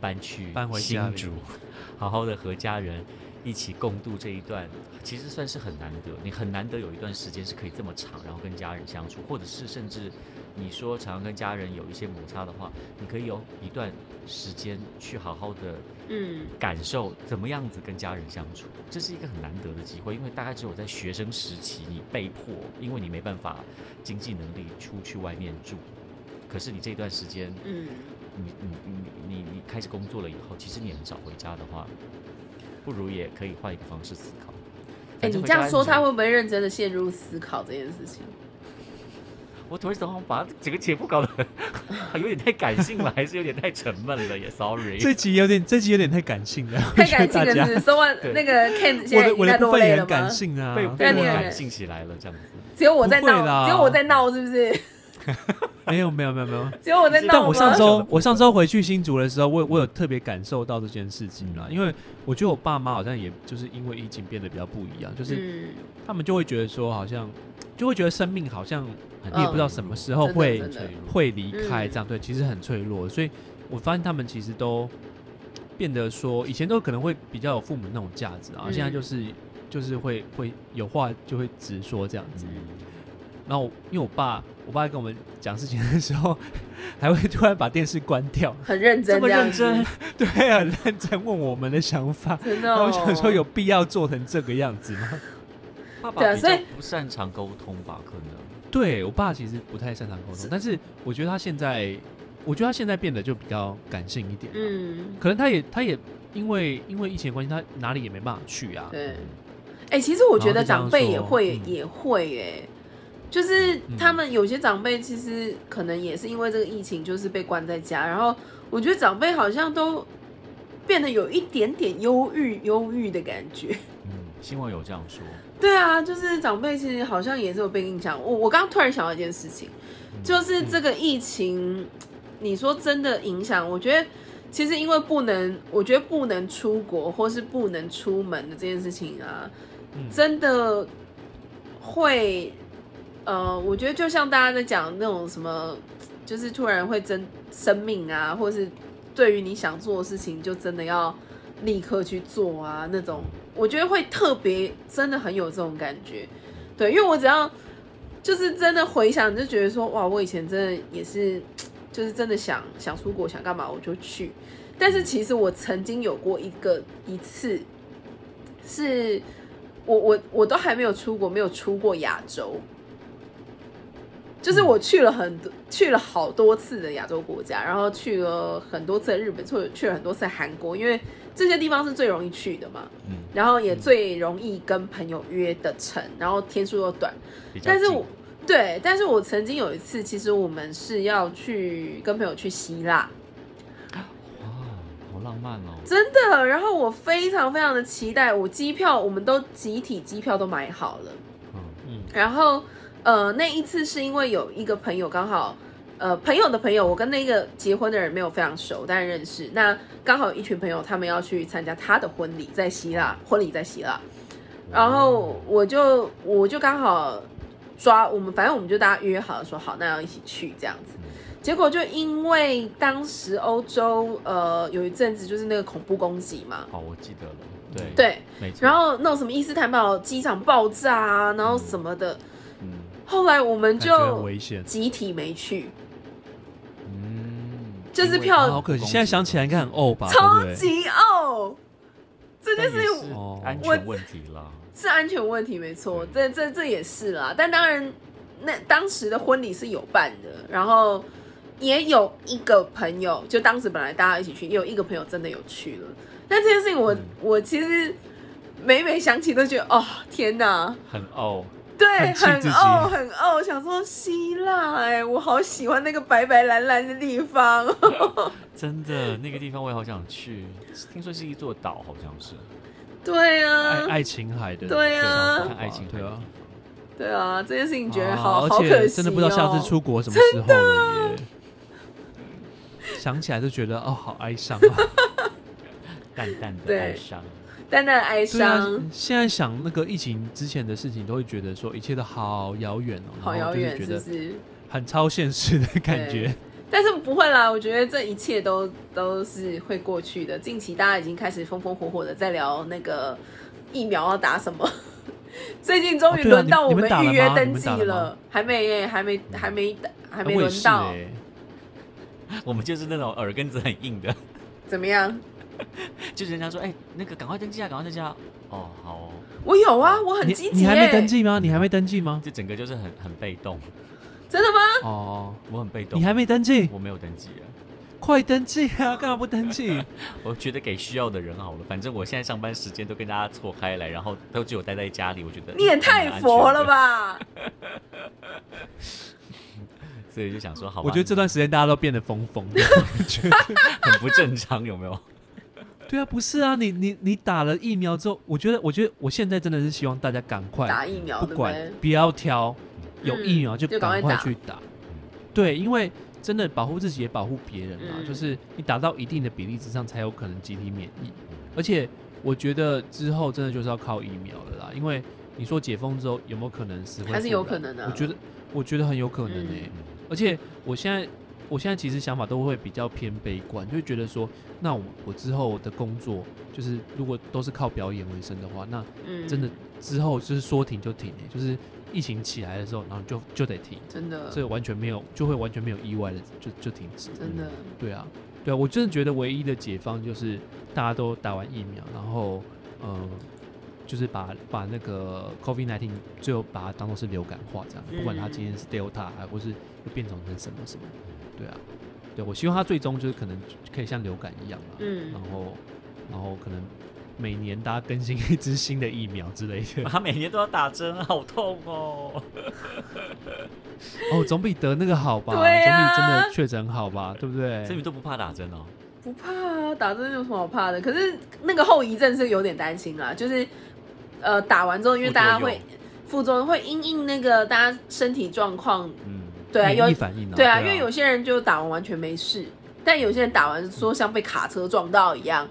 Speaker 2: 搬去
Speaker 1: 搬回家
Speaker 2: 新
Speaker 1: 里
Speaker 2: 竹， 好好的和家人一起共度这一段，其实算是很难得，你很难得有一段时间是可以这么长，然后跟家人相处，或者是甚至你说常常跟家人有一些摩擦的话，你可以有一段时间去好好的
Speaker 3: 嗯，
Speaker 2: 感受怎么样子跟家人相处，这是一个很难得的机会，因为大概只有在学生时期，你被迫，因为你没办法经济能力出去外面住，可是你这段时间，
Speaker 3: 嗯，
Speaker 2: 你你你你你开始工作了以后，其实你很少回家的话，不如也可以换一个方式思考。
Speaker 3: 哎、
Speaker 2: 反正
Speaker 3: 你
Speaker 2: 回
Speaker 3: 这
Speaker 2: 家
Speaker 3: 样说，
Speaker 2: 很久
Speaker 3: 他会不会认真的陷入思考这件事情？
Speaker 2: 我突然想，好像把整个节目搞得 有点太感性了，还是有点太沉闷了，也 sorry。
Speaker 1: 这集有点，这集有点太感性了，
Speaker 3: 太感性
Speaker 1: 我觉得大
Speaker 3: 了，是
Speaker 1: 家
Speaker 3: 不是说完
Speaker 2: 对
Speaker 3: 那个 Ken 现
Speaker 1: 我
Speaker 3: 在
Speaker 1: 的
Speaker 3: 已经
Speaker 1: 我
Speaker 3: 在
Speaker 1: 的部
Speaker 3: 落
Speaker 1: 分也
Speaker 3: 泪
Speaker 1: 很
Speaker 3: 了吗
Speaker 1: 感？性啊，
Speaker 2: 被
Speaker 1: 对
Speaker 2: 被
Speaker 3: 对啊
Speaker 2: 我
Speaker 3: 你
Speaker 2: 感性起来了，这样子。
Speaker 3: 只有我在
Speaker 1: 不会
Speaker 3: 闹，
Speaker 1: 啦
Speaker 3: 只有我在闹，是不是？
Speaker 1: 没有没有没有没有。
Speaker 3: 只有我在
Speaker 2: 但
Speaker 3: 闹
Speaker 1: 但
Speaker 3: 吗？嗯
Speaker 1: 我上
Speaker 2: 小的
Speaker 1: 周
Speaker 2: 部
Speaker 1: 我上
Speaker 2: 分
Speaker 1: 周回去新竹的时候，我有我有特别感受到这件事情啦，
Speaker 2: 嗯
Speaker 1: 因为我觉得我爸妈好像也就是因为疫情变得比较不一样，就是
Speaker 3: 嗯，
Speaker 1: 他们就会觉得说好像就会觉得生命好像
Speaker 2: 很
Speaker 1: 你也不知道什么时候
Speaker 3: 真的
Speaker 1: 会
Speaker 3: 真的嗯
Speaker 2: 脆弱
Speaker 1: 会离开，这样对，其实很脆弱，所以我发现他们其实都变得说，以前都可能会比较有父母那种价值啊，
Speaker 3: 嗯
Speaker 1: 现在就是就是会会有话就会直说这样子。
Speaker 3: 嗯
Speaker 1: 然后我因为我爸，我爸跟我们讲事情的时候， 还会突然把电视关 掉，
Speaker 3: 很认真
Speaker 2: 这么
Speaker 3: 样
Speaker 2: 认
Speaker 3: 子
Speaker 2: 真，
Speaker 1: 对，很认真问我们的想法。
Speaker 3: 真的、
Speaker 1: 然后
Speaker 3: 哦。
Speaker 1: 我想说，有必要做成这个样子 吗？
Speaker 2: 爸
Speaker 3: 对
Speaker 2: 爸
Speaker 3: 啊
Speaker 2: 比
Speaker 3: 所以
Speaker 2: 较不擅长沟通吧，可能。
Speaker 1: 对我爸其实不太擅长沟通
Speaker 3: 是，
Speaker 1: 但是我觉得他现在，我觉得他现在变得就比较感性一点、嗯，
Speaker 3: 嗯，
Speaker 1: 可能他也他也因为因为疫情的关系，他哪里也没办法去啊。
Speaker 3: 对。哎、其实我觉得
Speaker 1: 然
Speaker 3: 长
Speaker 1: 后就这样
Speaker 3: 辈也
Speaker 1: 说
Speaker 3: 会、
Speaker 1: 嗯
Speaker 3: 也会哎、就是
Speaker 1: 嗯
Speaker 3: 他们有些长辈其实可能也是因为这个疫情，就是被关在家，然后我觉得长辈好像都变得有一点点忧郁、忧郁的感觉。
Speaker 2: 嗯，新闻有这样说，
Speaker 3: 对啊，就是长辈其实好像也是有被影响。我我刚刚突然想到一件事情，
Speaker 2: 嗯
Speaker 3: 就是这个疫情，你说真的影响，我觉得其实因为不能，我觉得不能出国或是不能出门的这件事情啊，
Speaker 1: 嗯
Speaker 3: 真的会，呃，我觉得就像大家在讲那种什么，就是突然会真生命啊，或是对于你想做的事情，就真的要立刻去做啊那种，我觉得会特别真的很有这种感觉，对，因为我只要就是真的回想，就觉得说哇，我以前真的也是，就是真的想想出国想干嘛我就去，但是其实我曾经有过一个一次是。我我我都还没有出国，没有出过亚洲，就是我去了很多，去了好多次的亚洲国家，然后去了很多次的日本，去了去了很多次的韩国，因为这些地方是最容易去的嘛，
Speaker 2: 嗯，
Speaker 3: 然后也最容易跟朋友约的成，然后天数又短，
Speaker 2: 比较
Speaker 3: 但是
Speaker 2: 近
Speaker 3: 我对，但是我曾经有一次，其实我们是要去跟朋友去希腊，
Speaker 2: 哇，好浪漫哦。
Speaker 3: 真的，然后我非常非常的期待，我机票我们都集体机票都买好了。
Speaker 2: 嗯
Speaker 1: 嗯
Speaker 3: 然后呃，那一次是因为有一个朋友刚好，呃，朋友的朋友，我跟那个结婚的人没有非常熟，但认识。那刚好有一群朋友，他们要去参加他的婚礼，在希腊，婚礼在希腊。然后我就我就刚好抓我们，反正我们就大家约好了说好，那要一起去这样子。结果就因为当时欧洲呃有一阵子就是那个恐怖攻击嘛，
Speaker 2: 好，我记得了，对，
Speaker 3: 对，
Speaker 2: 没错。
Speaker 3: 然后那种什么伊斯坦堡机场爆炸啊，然后什么的，
Speaker 2: 嗯
Speaker 3: 后来我们
Speaker 1: 感觉很
Speaker 3: 就
Speaker 1: 危险。
Speaker 3: 集体没去，
Speaker 2: 嗯，
Speaker 3: 就是
Speaker 2: 因为
Speaker 3: 票
Speaker 1: 啊好可惜，现在想起来应该很呕吧？
Speaker 3: 哦超
Speaker 1: 对不对
Speaker 3: 级哦。这件
Speaker 2: 但
Speaker 3: 事
Speaker 2: 也
Speaker 3: 情
Speaker 2: 是
Speaker 1: 哦
Speaker 2: 安
Speaker 3: 我
Speaker 2: 全问题了。
Speaker 3: 是安全问题，没错，这这这也是啦。但当然，那当时的婚礼是有办的，然后也有一个朋友，就当时本来大家一起去，也有一个朋友真的有去了。但这件事情
Speaker 1: 嗯
Speaker 3: 我，我、其实每每想起都觉得，哦，天哪！
Speaker 2: 很哦，
Speaker 3: 对，
Speaker 1: 很气
Speaker 3: 很
Speaker 1: 自己
Speaker 3: 哦，很哦，想说希腊，哎，我好喜欢那个白白蓝蓝的地方。
Speaker 2: 真的，那个地方我也好想去。听说是一座岛，好像是。
Speaker 3: 对
Speaker 1: 爱
Speaker 3: 啊，
Speaker 1: 爱琴海的，
Speaker 3: 对啊
Speaker 1: 想法
Speaker 2: 看爱情海
Speaker 1: 对啊，
Speaker 3: 对啊，这件事情觉得
Speaker 1: 啊
Speaker 3: 好好
Speaker 1: 而
Speaker 3: 可
Speaker 1: 且
Speaker 3: 惜
Speaker 1: 真的不知道下
Speaker 3: 哦
Speaker 1: 次出国什么时候了耶。想起来就觉得哦，好哀伤 啊。
Speaker 2: 淡淡的
Speaker 3: 对
Speaker 2: 哀伤，
Speaker 3: 淡淡的哀
Speaker 1: 对啊
Speaker 3: 伤，，
Speaker 1: 现在想那个疫情之前的事情，都会觉得说一切都好遥远哦，
Speaker 3: 好
Speaker 1: 然后就
Speaker 3: 遥
Speaker 1: 是
Speaker 3: 远，
Speaker 1: 觉
Speaker 3: 是不
Speaker 1: 得
Speaker 3: 是？
Speaker 1: 很超现实的感觉。
Speaker 3: 但是不会啦，我觉得这一切都都是会过去的。近期大家已经开始风风火火的在聊那个疫苗要打什么， 最近终于
Speaker 1: 哦对啊
Speaker 3: 轮到我
Speaker 1: 你们打了
Speaker 3: 预约
Speaker 1: 吗
Speaker 3: 登
Speaker 1: 你们
Speaker 3: 记
Speaker 1: 打了吗
Speaker 3: 还没耶，还没还没还没
Speaker 1: 我也
Speaker 3: 轮
Speaker 1: 是
Speaker 3: 到，
Speaker 1: 欸
Speaker 2: 我们就是那种耳根子很硬的，
Speaker 3: 怎么样？
Speaker 2: 就是人家说，哎、那个赶快登记啊，赶快登记啊。哦，好哦，
Speaker 3: 我有啊，我很
Speaker 1: 你
Speaker 3: 积极
Speaker 1: 你还
Speaker 3: 耶
Speaker 1: 没，登记吗？你还没登记吗？
Speaker 2: 这整个就是很很被动，
Speaker 3: 真的吗？
Speaker 1: 哦，
Speaker 2: 我很被动。
Speaker 1: 你还没登记，
Speaker 2: 我没有登记啊，
Speaker 1: 快登记啊！干嘛不登记？
Speaker 2: 我觉得给需要的人好了。反正我现在上班时间都跟大家错开来，然后 都只有待在家里，我觉得
Speaker 3: 你也
Speaker 2: 嗯
Speaker 3: 太佛了！吧！
Speaker 2: 所以就想说，好吧，
Speaker 1: 我觉得这段时间大家都变得疯疯 的。
Speaker 2: 很不正常，有没有？
Speaker 1: 对啊，不是啊，你你你打了疫苗之后，我觉得，我觉得我现在真的是希望大家赶快
Speaker 3: 打疫苗
Speaker 1: 不
Speaker 3: 对
Speaker 1: 管
Speaker 3: 对？嗯
Speaker 1: 不要挑，有疫苗就
Speaker 3: 就赶
Speaker 1: 赶
Speaker 3: 快
Speaker 1: 快
Speaker 3: 打
Speaker 1: 去打。对，因为真的保护自己也保护别人啊，
Speaker 3: 嗯
Speaker 1: 就是你打到一定的比例之上，才有可能集体免疫。而且我觉得之后真的就是要靠疫苗了啦，因为你说解封之后有没有可能死灰
Speaker 3: 还是
Speaker 1: 复
Speaker 3: 有
Speaker 1: 燃
Speaker 3: 可能的、啊。
Speaker 1: 我觉得，我觉得很有可能
Speaker 3: 嗯
Speaker 1: 诶、而且我现在，我现在其实想法都会比较偏悲观，就会觉得说，那我我之后的工作，就是如果都是靠表演为生的话，那
Speaker 3: 嗯，
Speaker 1: 真的之后就是说停就停、欸，就是疫情起来的时候，然后就就得停，
Speaker 3: 真的
Speaker 1: 所以完全没有就会完全没有意外的就就停止。
Speaker 3: 真的，
Speaker 1: 对啊，对啊，我真的觉得唯一的解放就是大家都打完疫苗，然后嗯。就是把把那个 COVID 1 9最后把它当做是流感化这样，不管它今
Speaker 3: 嗯
Speaker 1: 天是 Delta 还或是又变种成什么什么，对啊，对我希望它最终就是可能可以像流感一样啊，
Speaker 3: 嗯
Speaker 1: 然后然后可能每年大家更新一支新的疫苗之类 的，
Speaker 2: 他啊每年都要打针，好痛哦。
Speaker 1: 哦，总比得那个好吧，
Speaker 3: 对啊
Speaker 1: 总比真的确诊好吧，对不 对？
Speaker 2: 所以你都不怕打针哦？
Speaker 3: 不怕啊，打针有什么好怕的？可是那个后遗症是有点担心啦，就是呃打完之后，因为大家会
Speaker 2: 副
Speaker 3: 副作用会因应那个大家身体状况，
Speaker 2: 嗯，
Speaker 3: 对啊，有
Speaker 1: 免疫反应啊，
Speaker 3: 对啊，因为有些人就打完完全没事，但有些人打完说像被卡车撞到一样，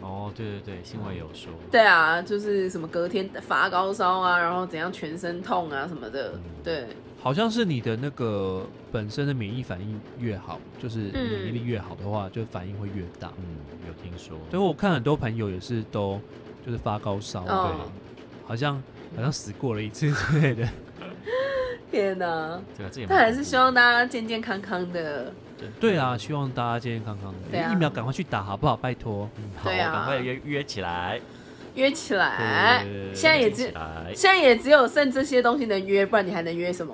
Speaker 2: 哦，对对对，新闻有说。
Speaker 3: 对啊，就是什么隔天发高烧啊，然后怎样全身痛啊什么的，对，
Speaker 1: 好像是你的那个本身的免疫反应越好，就是你
Speaker 3: 嗯
Speaker 1: 免疫力越好的话，就反应会越大。
Speaker 2: 嗯，有听说。
Speaker 1: 所以我看很多朋友也是都就是发高烧，
Speaker 3: 哦
Speaker 1: 对，好像好像死过了一次之类 的。
Speaker 3: 天哪！
Speaker 2: 对啊，这也
Speaker 3: 但
Speaker 2: 蛮
Speaker 3: 还是希望大家健健康康的，
Speaker 1: 对啊，希望大家健健康康
Speaker 3: 对
Speaker 1: 的，
Speaker 3: 啊
Speaker 1: 疫苗赶快去打好不好？拜 托。
Speaker 2: 嗯好，
Speaker 3: 对啊
Speaker 2: 赶快约约起来。
Speaker 3: 约起来
Speaker 2: 对对对。对
Speaker 3: 现在也
Speaker 2: 约起
Speaker 3: 只
Speaker 2: 来
Speaker 3: 现在也只有剩这些东西能约，不然你还能约什么？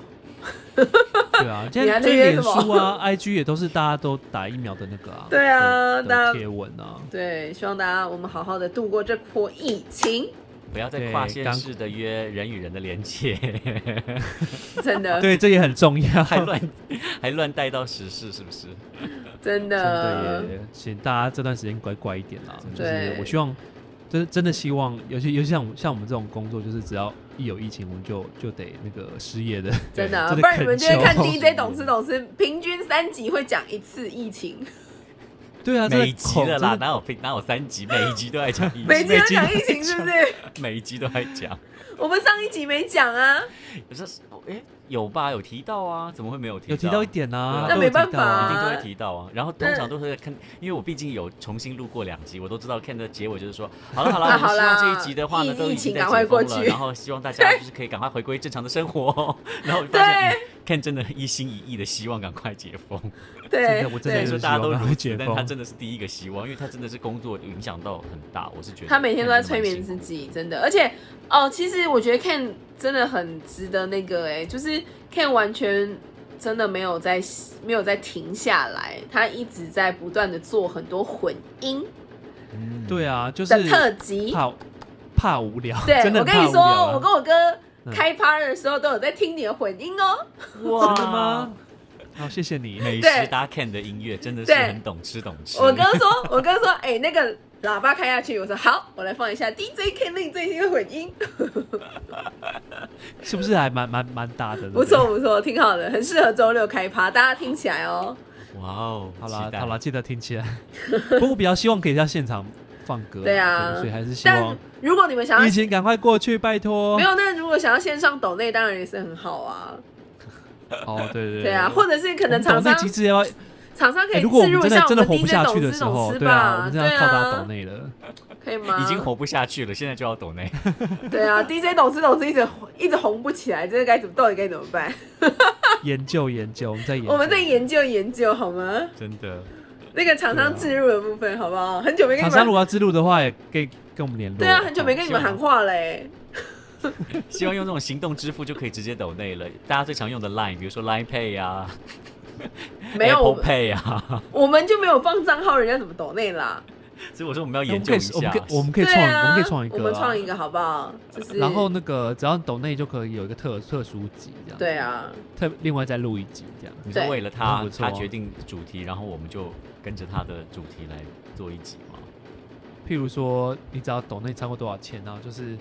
Speaker 1: 对啊，现
Speaker 3: 你
Speaker 1: 在
Speaker 3: 还在
Speaker 1: 这
Speaker 3: 约
Speaker 1: 脸
Speaker 3: 什么
Speaker 1: 书啊、IG 也都是大家都打疫苗的那个啊，
Speaker 3: 对啊
Speaker 1: 的
Speaker 3: 大
Speaker 1: 的
Speaker 3: 家
Speaker 1: 贴文啊，
Speaker 3: 对，希望大家我们好好的度过这波疫情，
Speaker 2: 不要再
Speaker 1: 对
Speaker 2: 跨县
Speaker 1: 刚
Speaker 2: 市的约人与人的连接，
Speaker 3: 真的，
Speaker 1: 对，这也很重要。
Speaker 2: 还乱 还乱带到时事，是不是？
Speaker 3: 真
Speaker 1: 真
Speaker 3: 的
Speaker 1: 的，耶，请大家这段时间乖乖一点啦。就
Speaker 3: 对
Speaker 1: 是我希望，真真的希望，尤其尤其像我们像我们这种工作，就是只要一有疫情，我们就就得那个失业的。
Speaker 3: 真的啊，
Speaker 1: 真的
Speaker 3: 不然你们
Speaker 1: 恳
Speaker 3: 就会看
Speaker 1: 求
Speaker 3: DJ 懂吃懂吃，平均三集会讲一次疫情，
Speaker 1: 对啊，
Speaker 2: 每一集了啦，
Speaker 1: 真的
Speaker 2: 哪有哪有三集？每一集都在讲疫
Speaker 3: 每
Speaker 2: 情，
Speaker 3: 集都讲疫情是不是？
Speaker 2: 每一集都在讲。
Speaker 3: 我们上一集没讲啊，
Speaker 2: 可是，哎，有吧？有提到啊？怎么会没有提到？
Speaker 1: 有提到一点啦，
Speaker 2: 那
Speaker 1: 都有
Speaker 3: 没
Speaker 1: 提
Speaker 3: 办
Speaker 1: 到
Speaker 2: 一
Speaker 1: 啊
Speaker 3: 法
Speaker 2: 定都会提到啊。然后通常都会看，因为我毕竟有重新录过两集，我都知道看的结尾 就是说，好了好
Speaker 3: 啊
Speaker 2: 了，我们希
Speaker 3: 好啦
Speaker 2: 望这一集的话呢，
Speaker 3: 疫
Speaker 2: 都已
Speaker 3: 疫情
Speaker 2: 经在
Speaker 3: 赶快
Speaker 2: 解封
Speaker 3: 过
Speaker 2: 了，
Speaker 3: 去
Speaker 2: 然后希望大家就是可以赶快回归正常的生活。 然后我就发现，嗯看真的一心一意的希望赶快解封。
Speaker 3: 对
Speaker 1: 真的我真的
Speaker 2: 虽然
Speaker 1: 是
Speaker 2: 说
Speaker 3: 对，
Speaker 2: 大家都
Speaker 1: 希望赶快
Speaker 2: 如
Speaker 1: 解
Speaker 2: 此，但
Speaker 1: 封
Speaker 2: 他真的是第一个希望，因为他真的是工作影响到很大，我是觉得
Speaker 3: 他每天都在
Speaker 2: 看着
Speaker 3: 催
Speaker 2: 蛮
Speaker 3: 眠
Speaker 2: 辛
Speaker 3: 自
Speaker 2: 苦
Speaker 3: 己，真的，而且哦，其实我觉得 Ken 真的很值得那个哎、就是 Ken 完全。真的没有在没有在停下来，他一直在不断的做很多混音
Speaker 2: 嗯
Speaker 1: 对啊，就是
Speaker 3: 的特辑。
Speaker 1: 怕怕无聊，
Speaker 3: 对，
Speaker 1: 真的
Speaker 3: 我跟你
Speaker 1: 怕无聊啊
Speaker 3: 说，我跟我哥
Speaker 1: 嗯
Speaker 3: 开趴的时候都有在听你的混音哦。
Speaker 1: 真的吗？？好，谢谢你。
Speaker 2: 嗯美
Speaker 3: 对
Speaker 2: 食搭 Ken 的音乐真的是
Speaker 3: 对
Speaker 2: 很懂吃懂吃。
Speaker 1: 嗯
Speaker 3: 我哥说，我哥说，哎、那个喇叭开下去，我说好，我来放一下 DJ Kenny 最新的混音，
Speaker 1: 是不是还蛮蛮蛮大的？对
Speaker 3: 不
Speaker 1: 对
Speaker 3: 错。不错，挺好的，很适合周六开趴，大家听起来哦。
Speaker 2: 哇哦，
Speaker 1: 好
Speaker 2: 期
Speaker 1: 啦
Speaker 2: 待
Speaker 1: 好啦，，记得听起来。 不过我比较希望可以在现场放歌，
Speaker 3: 对啊
Speaker 1: 所以还是希
Speaker 3: 但
Speaker 1: 望
Speaker 3: 如果你们想
Speaker 1: 疫
Speaker 3: 要
Speaker 1: 情赶快过去，拜托
Speaker 3: 没。有，那如果想要线上抖内，当然也是很好啊。
Speaker 1: 哦，对对
Speaker 3: 对啊，或者是可能
Speaker 1: 我
Speaker 3: 厂
Speaker 1: 们抖
Speaker 3: 商
Speaker 1: 内机制要，
Speaker 3: 厂商可
Speaker 1: 哎
Speaker 3: 以
Speaker 1: 如果我
Speaker 3: 置
Speaker 1: 们
Speaker 3: 入一
Speaker 1: 真的
Speaker 3: 下
Speaker 1: 真的活不
Speaker 3: DJ
Speaker 1: 下去
Speaker 3: 懂
Speaker 1: 的
Speaker 3: 吃
Speaker 1: 时候
Speaker 3: 懂，吃
Speaker 1: 对啊，我
Speaker 3: 吧，
Speaker 1: 们真
Speaker 3: 对
Speaker 1: 的要靠大家抖
Speaker 3: 啊，
Speaker 1: 内了。
Speaker 3: 可以吗？
Speaker 2: 已经活不下去了，现在就要抖内。
Speaker 3: 对啊，DJ 懂吃懂吃一直一直红不起来，这个该怎么到底该怎么 办？
Speaker 1: 研究研究，我们在研究，
Speaker 3: 我们再研究研究好吗？
Speaker 2: 真的，
Speaker 3: 那个厂商置入的部分好不好？很久没跟
Speaker 1: 哦厂
Speaker 3: 你
Speaker 1: 商如
Speaker 3: 们
Speaker 1: 果要哦自录的话，也可以跟我们联络。
Speaker 3: 对啊，很久没跟你们
Speaker 1: 好
Speaker 3: 喊话嘞、
Speaker 2: 希望用这种行动支付就可以直接抖内了。大家最常用的 Line，比如说 Line Pay 啊
Speaker 3: 没有，我
Speaker 2: Apple
Speaker 3: 们
Speaker 2: Pay 啊，
Speaker 3: 我们就没有放账号，人家怎么抖内啦？
Speaker 2: 所以我说我们要
Speaker 1: 我
Speaker 2: 研
Speaker 1: 们
Speaker 2: 究
Speaker 1: 可以
Speaker 2: 一下，
Speaker 1: 我们可以我们可以
Speaker 3: 对
Speaker 1: 创，
Speaker 3: 啊，
Speaker 1: 我们可以创一个啊，
Speaker 3: 我们创一个好不好？就是
Speaker 1: 然后那个只要抖内就可以有一个特特殊集这样，
Speaker 3: 对，啊，
Speaker 1: 特另外再录一集这样。
Speaker 2: 你是
Speaker 3: 对
Speaker 2: 为了
Speaker 1: 那
Speaker 2: 他
Speaker 1: 不，错啊
Speaker 2: 他决定主题，然后我们就跟着他的主题来做一集嘛。
Speaker 1: 譬如说，你只要抖内超过多少钱，然后就是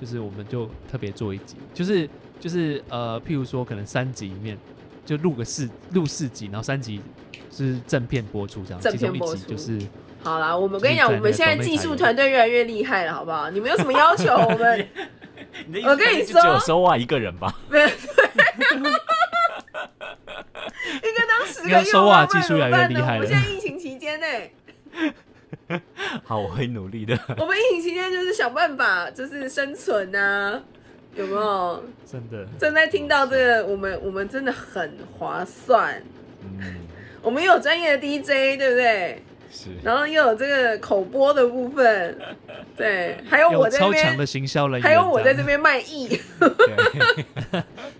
Speaker 1: 就是我们就特别做一集，就是就是呃，譬如说可能三集里面就录个四录四集，然后三集是正片播出这样，
Speaker 3: 正
Speaker 1: 其
Speaker 3: 片
Speaker 1: 中一
Speaker 3: 播
Speaker 1: 集
Speaker 3: 出
Speaker 1: 就是
Speaker 3: 好啦，我们跟你
Speaker 1: 就是
Speaker 3: 讲，
Speaker 1: 在
Speaker 3: 我们现在
Speaker 1: 那个抖内
Speaker 3: 技
Speaker 1: 才
Speaker 3: 术
Speaker 1: 有
Speaker 3: 团队越来越厉害了，好不好？你们有什么要求，我们
Speaker 2: 你的意
Speaker 3: 思我跟你
Speaker 2: 是
Speaker 3: 说
Speaker 2: 只有收袜一个人吧？
Speaker 3: 没有。对一个当十个
Speaker 1: 你看
Speaker 3: 月
Speaker 1: 收
Speaker 3: 挖
Speaker 1: 袜
Speaker 3: 不然
Speaker 1: 技术越来越
Speaker 3: 怎么办呢
Speaker 1: 厉害了
Speaker 3: 我们现在疫情期间呢、
Speaker 2: 好，我会努力的。
Speaker 3: 我们疫情期间就是想办法，就是生存啊，有没有？
Speaker 1: 真的
Speaker 3: 正在听到这个，我们我们真的很划算，
Speaker 2: 嗯，
Speaker 3: 我们又有专业的 DJ，对不对？
Speaker 2: 是。
Speaker 3: 然后又有这个口播的部分，对，还有我
Speaker 1: 有
Speaker 3: 在这
Speaker 1: 超强的
Speaker 3: 边，
Speaker 1: 行销人员样，
Speaker 3: 还有我在这边卖艺，
Speaker 2: 对，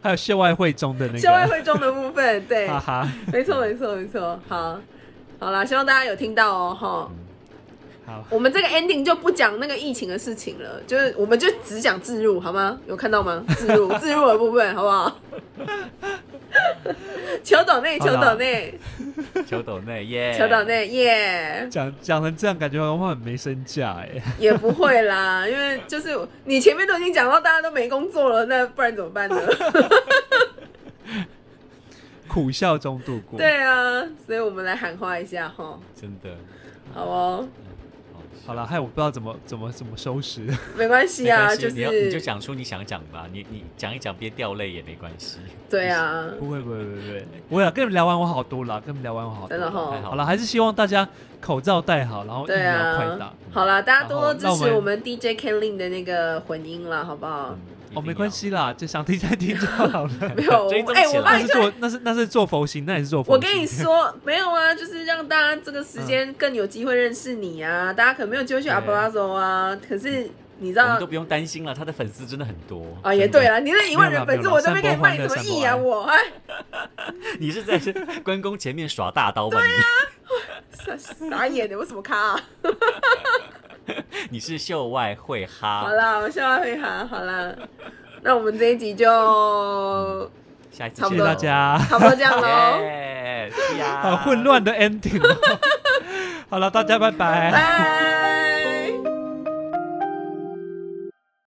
Speaker 1: 还有校外汇中 的那个
Speaker 3: 校外会中的部分，对，
Speaker 1: 哈哈，
Speaker 3: 没错，没错，没错，好，好啦，希望大家有听到哦，哈。
Speaker 2: 嗯
Speaker 1: 好，
Speaker 3: 我们这个 ending 就不讲那个疫情的事情了，就是我们就只讲自入，好吗？有看到吗？自 入自入的部分，好不好？求岛内，求
Speaker 1: 好啦
Speaker 3: 岛内，
Speaker 2: 求斗 内耶，
Speaker 3: 求岛内，耶、
Speaker 1: 讲讲成这样，感觉好像很没身价哎。
Speaker 3: 也不会啦，因为就是你前面都已经讲到大家都没工作了，那不然怎 么办呢？
Speaker 1: 苦笑中度过。，
Speaker 3: 对啊，所以我们来喊话一下哈，
Speaker 2: 真的。
Speaker 3: 好哦，
Speaker 1: 好了，害我不知道怎么怎么怎么收拾。
Speaker 3: 没关系
Speaker 2: 没关
Speaker 3: 啊，
Speaker 2: 系，
Speaker 3: 就
Speaker 2: 你要你就是讲出你想讲吧，你你讲一讲，别掉泪也没关系。
Speaker 3: 对啊，
Speaker 1: 不会不会不会不会，我俩跟你们聊完我好多了，跟你们聊完我好多哎
Speaker 3: 真的
Speaker 1: 了。
Speaker 3: 哈
Speaker 2: 太。好
Speaker 1: 好了，还是希望大家口罩戴好，然后疫
Speaker 3: 对
Speaker 1: 苗快
Speaker 3: 啊
Speaker 1: 打。，嗯
Speaker 3: 好啦，大家多多支
Speaker 1: 然后那我
Speaker 3: 持
Speaker 1: 们
Speaker 3: 我们 DJ Kenlin 的那个混音啦，好不好
Speaker 2: 嗯？一定
Speaker 1: 哦，
Speaker 2: 要
Speaker 1: 没关系啦，就想听再听就 好了。
Speaker 3: 没有，
Speaker 2: 追踪
Speaker 3: 哎、
Speaker 2: 起
Speaker 3: 我
Speaker 2: 来
Speaker 3: 帮
Speaker 1: 那
Speaker 3: 你
Speaker 1: 是
Speaker 3: 做。
Speaker 1: 做那是那是做佛型，那也是做佛型。
Speaker 3: 我跟你说， 没有啊，就是让大家这个时间更有机会认识你啊。大家可能没有机会去
Speaker 1: 嗯对嗯
Speaker 3: a b r a z o 啊，可是你知
Speaker 2: 我们
Speaker 3: 道
Speaker 2: 都不用担心了，他的粉丝真的很多
Speaker 3: 啊，也对，啊，你那一万人粉丝，
Speaker 1: 没有啦
Speaker 3: 我这边给你卖
Speaker 1: 没
Speaker 3: 什
Speaker 1: 有啦
Speaker 3: 么亿啊？
Speaker 1: 散播
Speaker 3: 我哎，
Speaker 2: 真的 你是在这关公前面耍大刀吧？
Speaker 3: 啊傻哎 傻眼的，我什么咖啊？
Speaker 2: 你 你是秀外会哈
Speaker 3: 好，啦，我笑话会哈，好啦，那我们这一集就
Speaker 2: 下一次
Speaker 3: 差不
Speaker 1: 谢谢
Speaker 2: 见
Speaker 3: 多
Speaker 1: 大家，啊
Speaker 3: 差不多这 样喽，
Speaker 2: 耶，是呀，啊
Speaker 3: 啊
Speaker 1: 好 混乱的 ending 哦。好了，大家拜拜。
Speaker 3: 拜。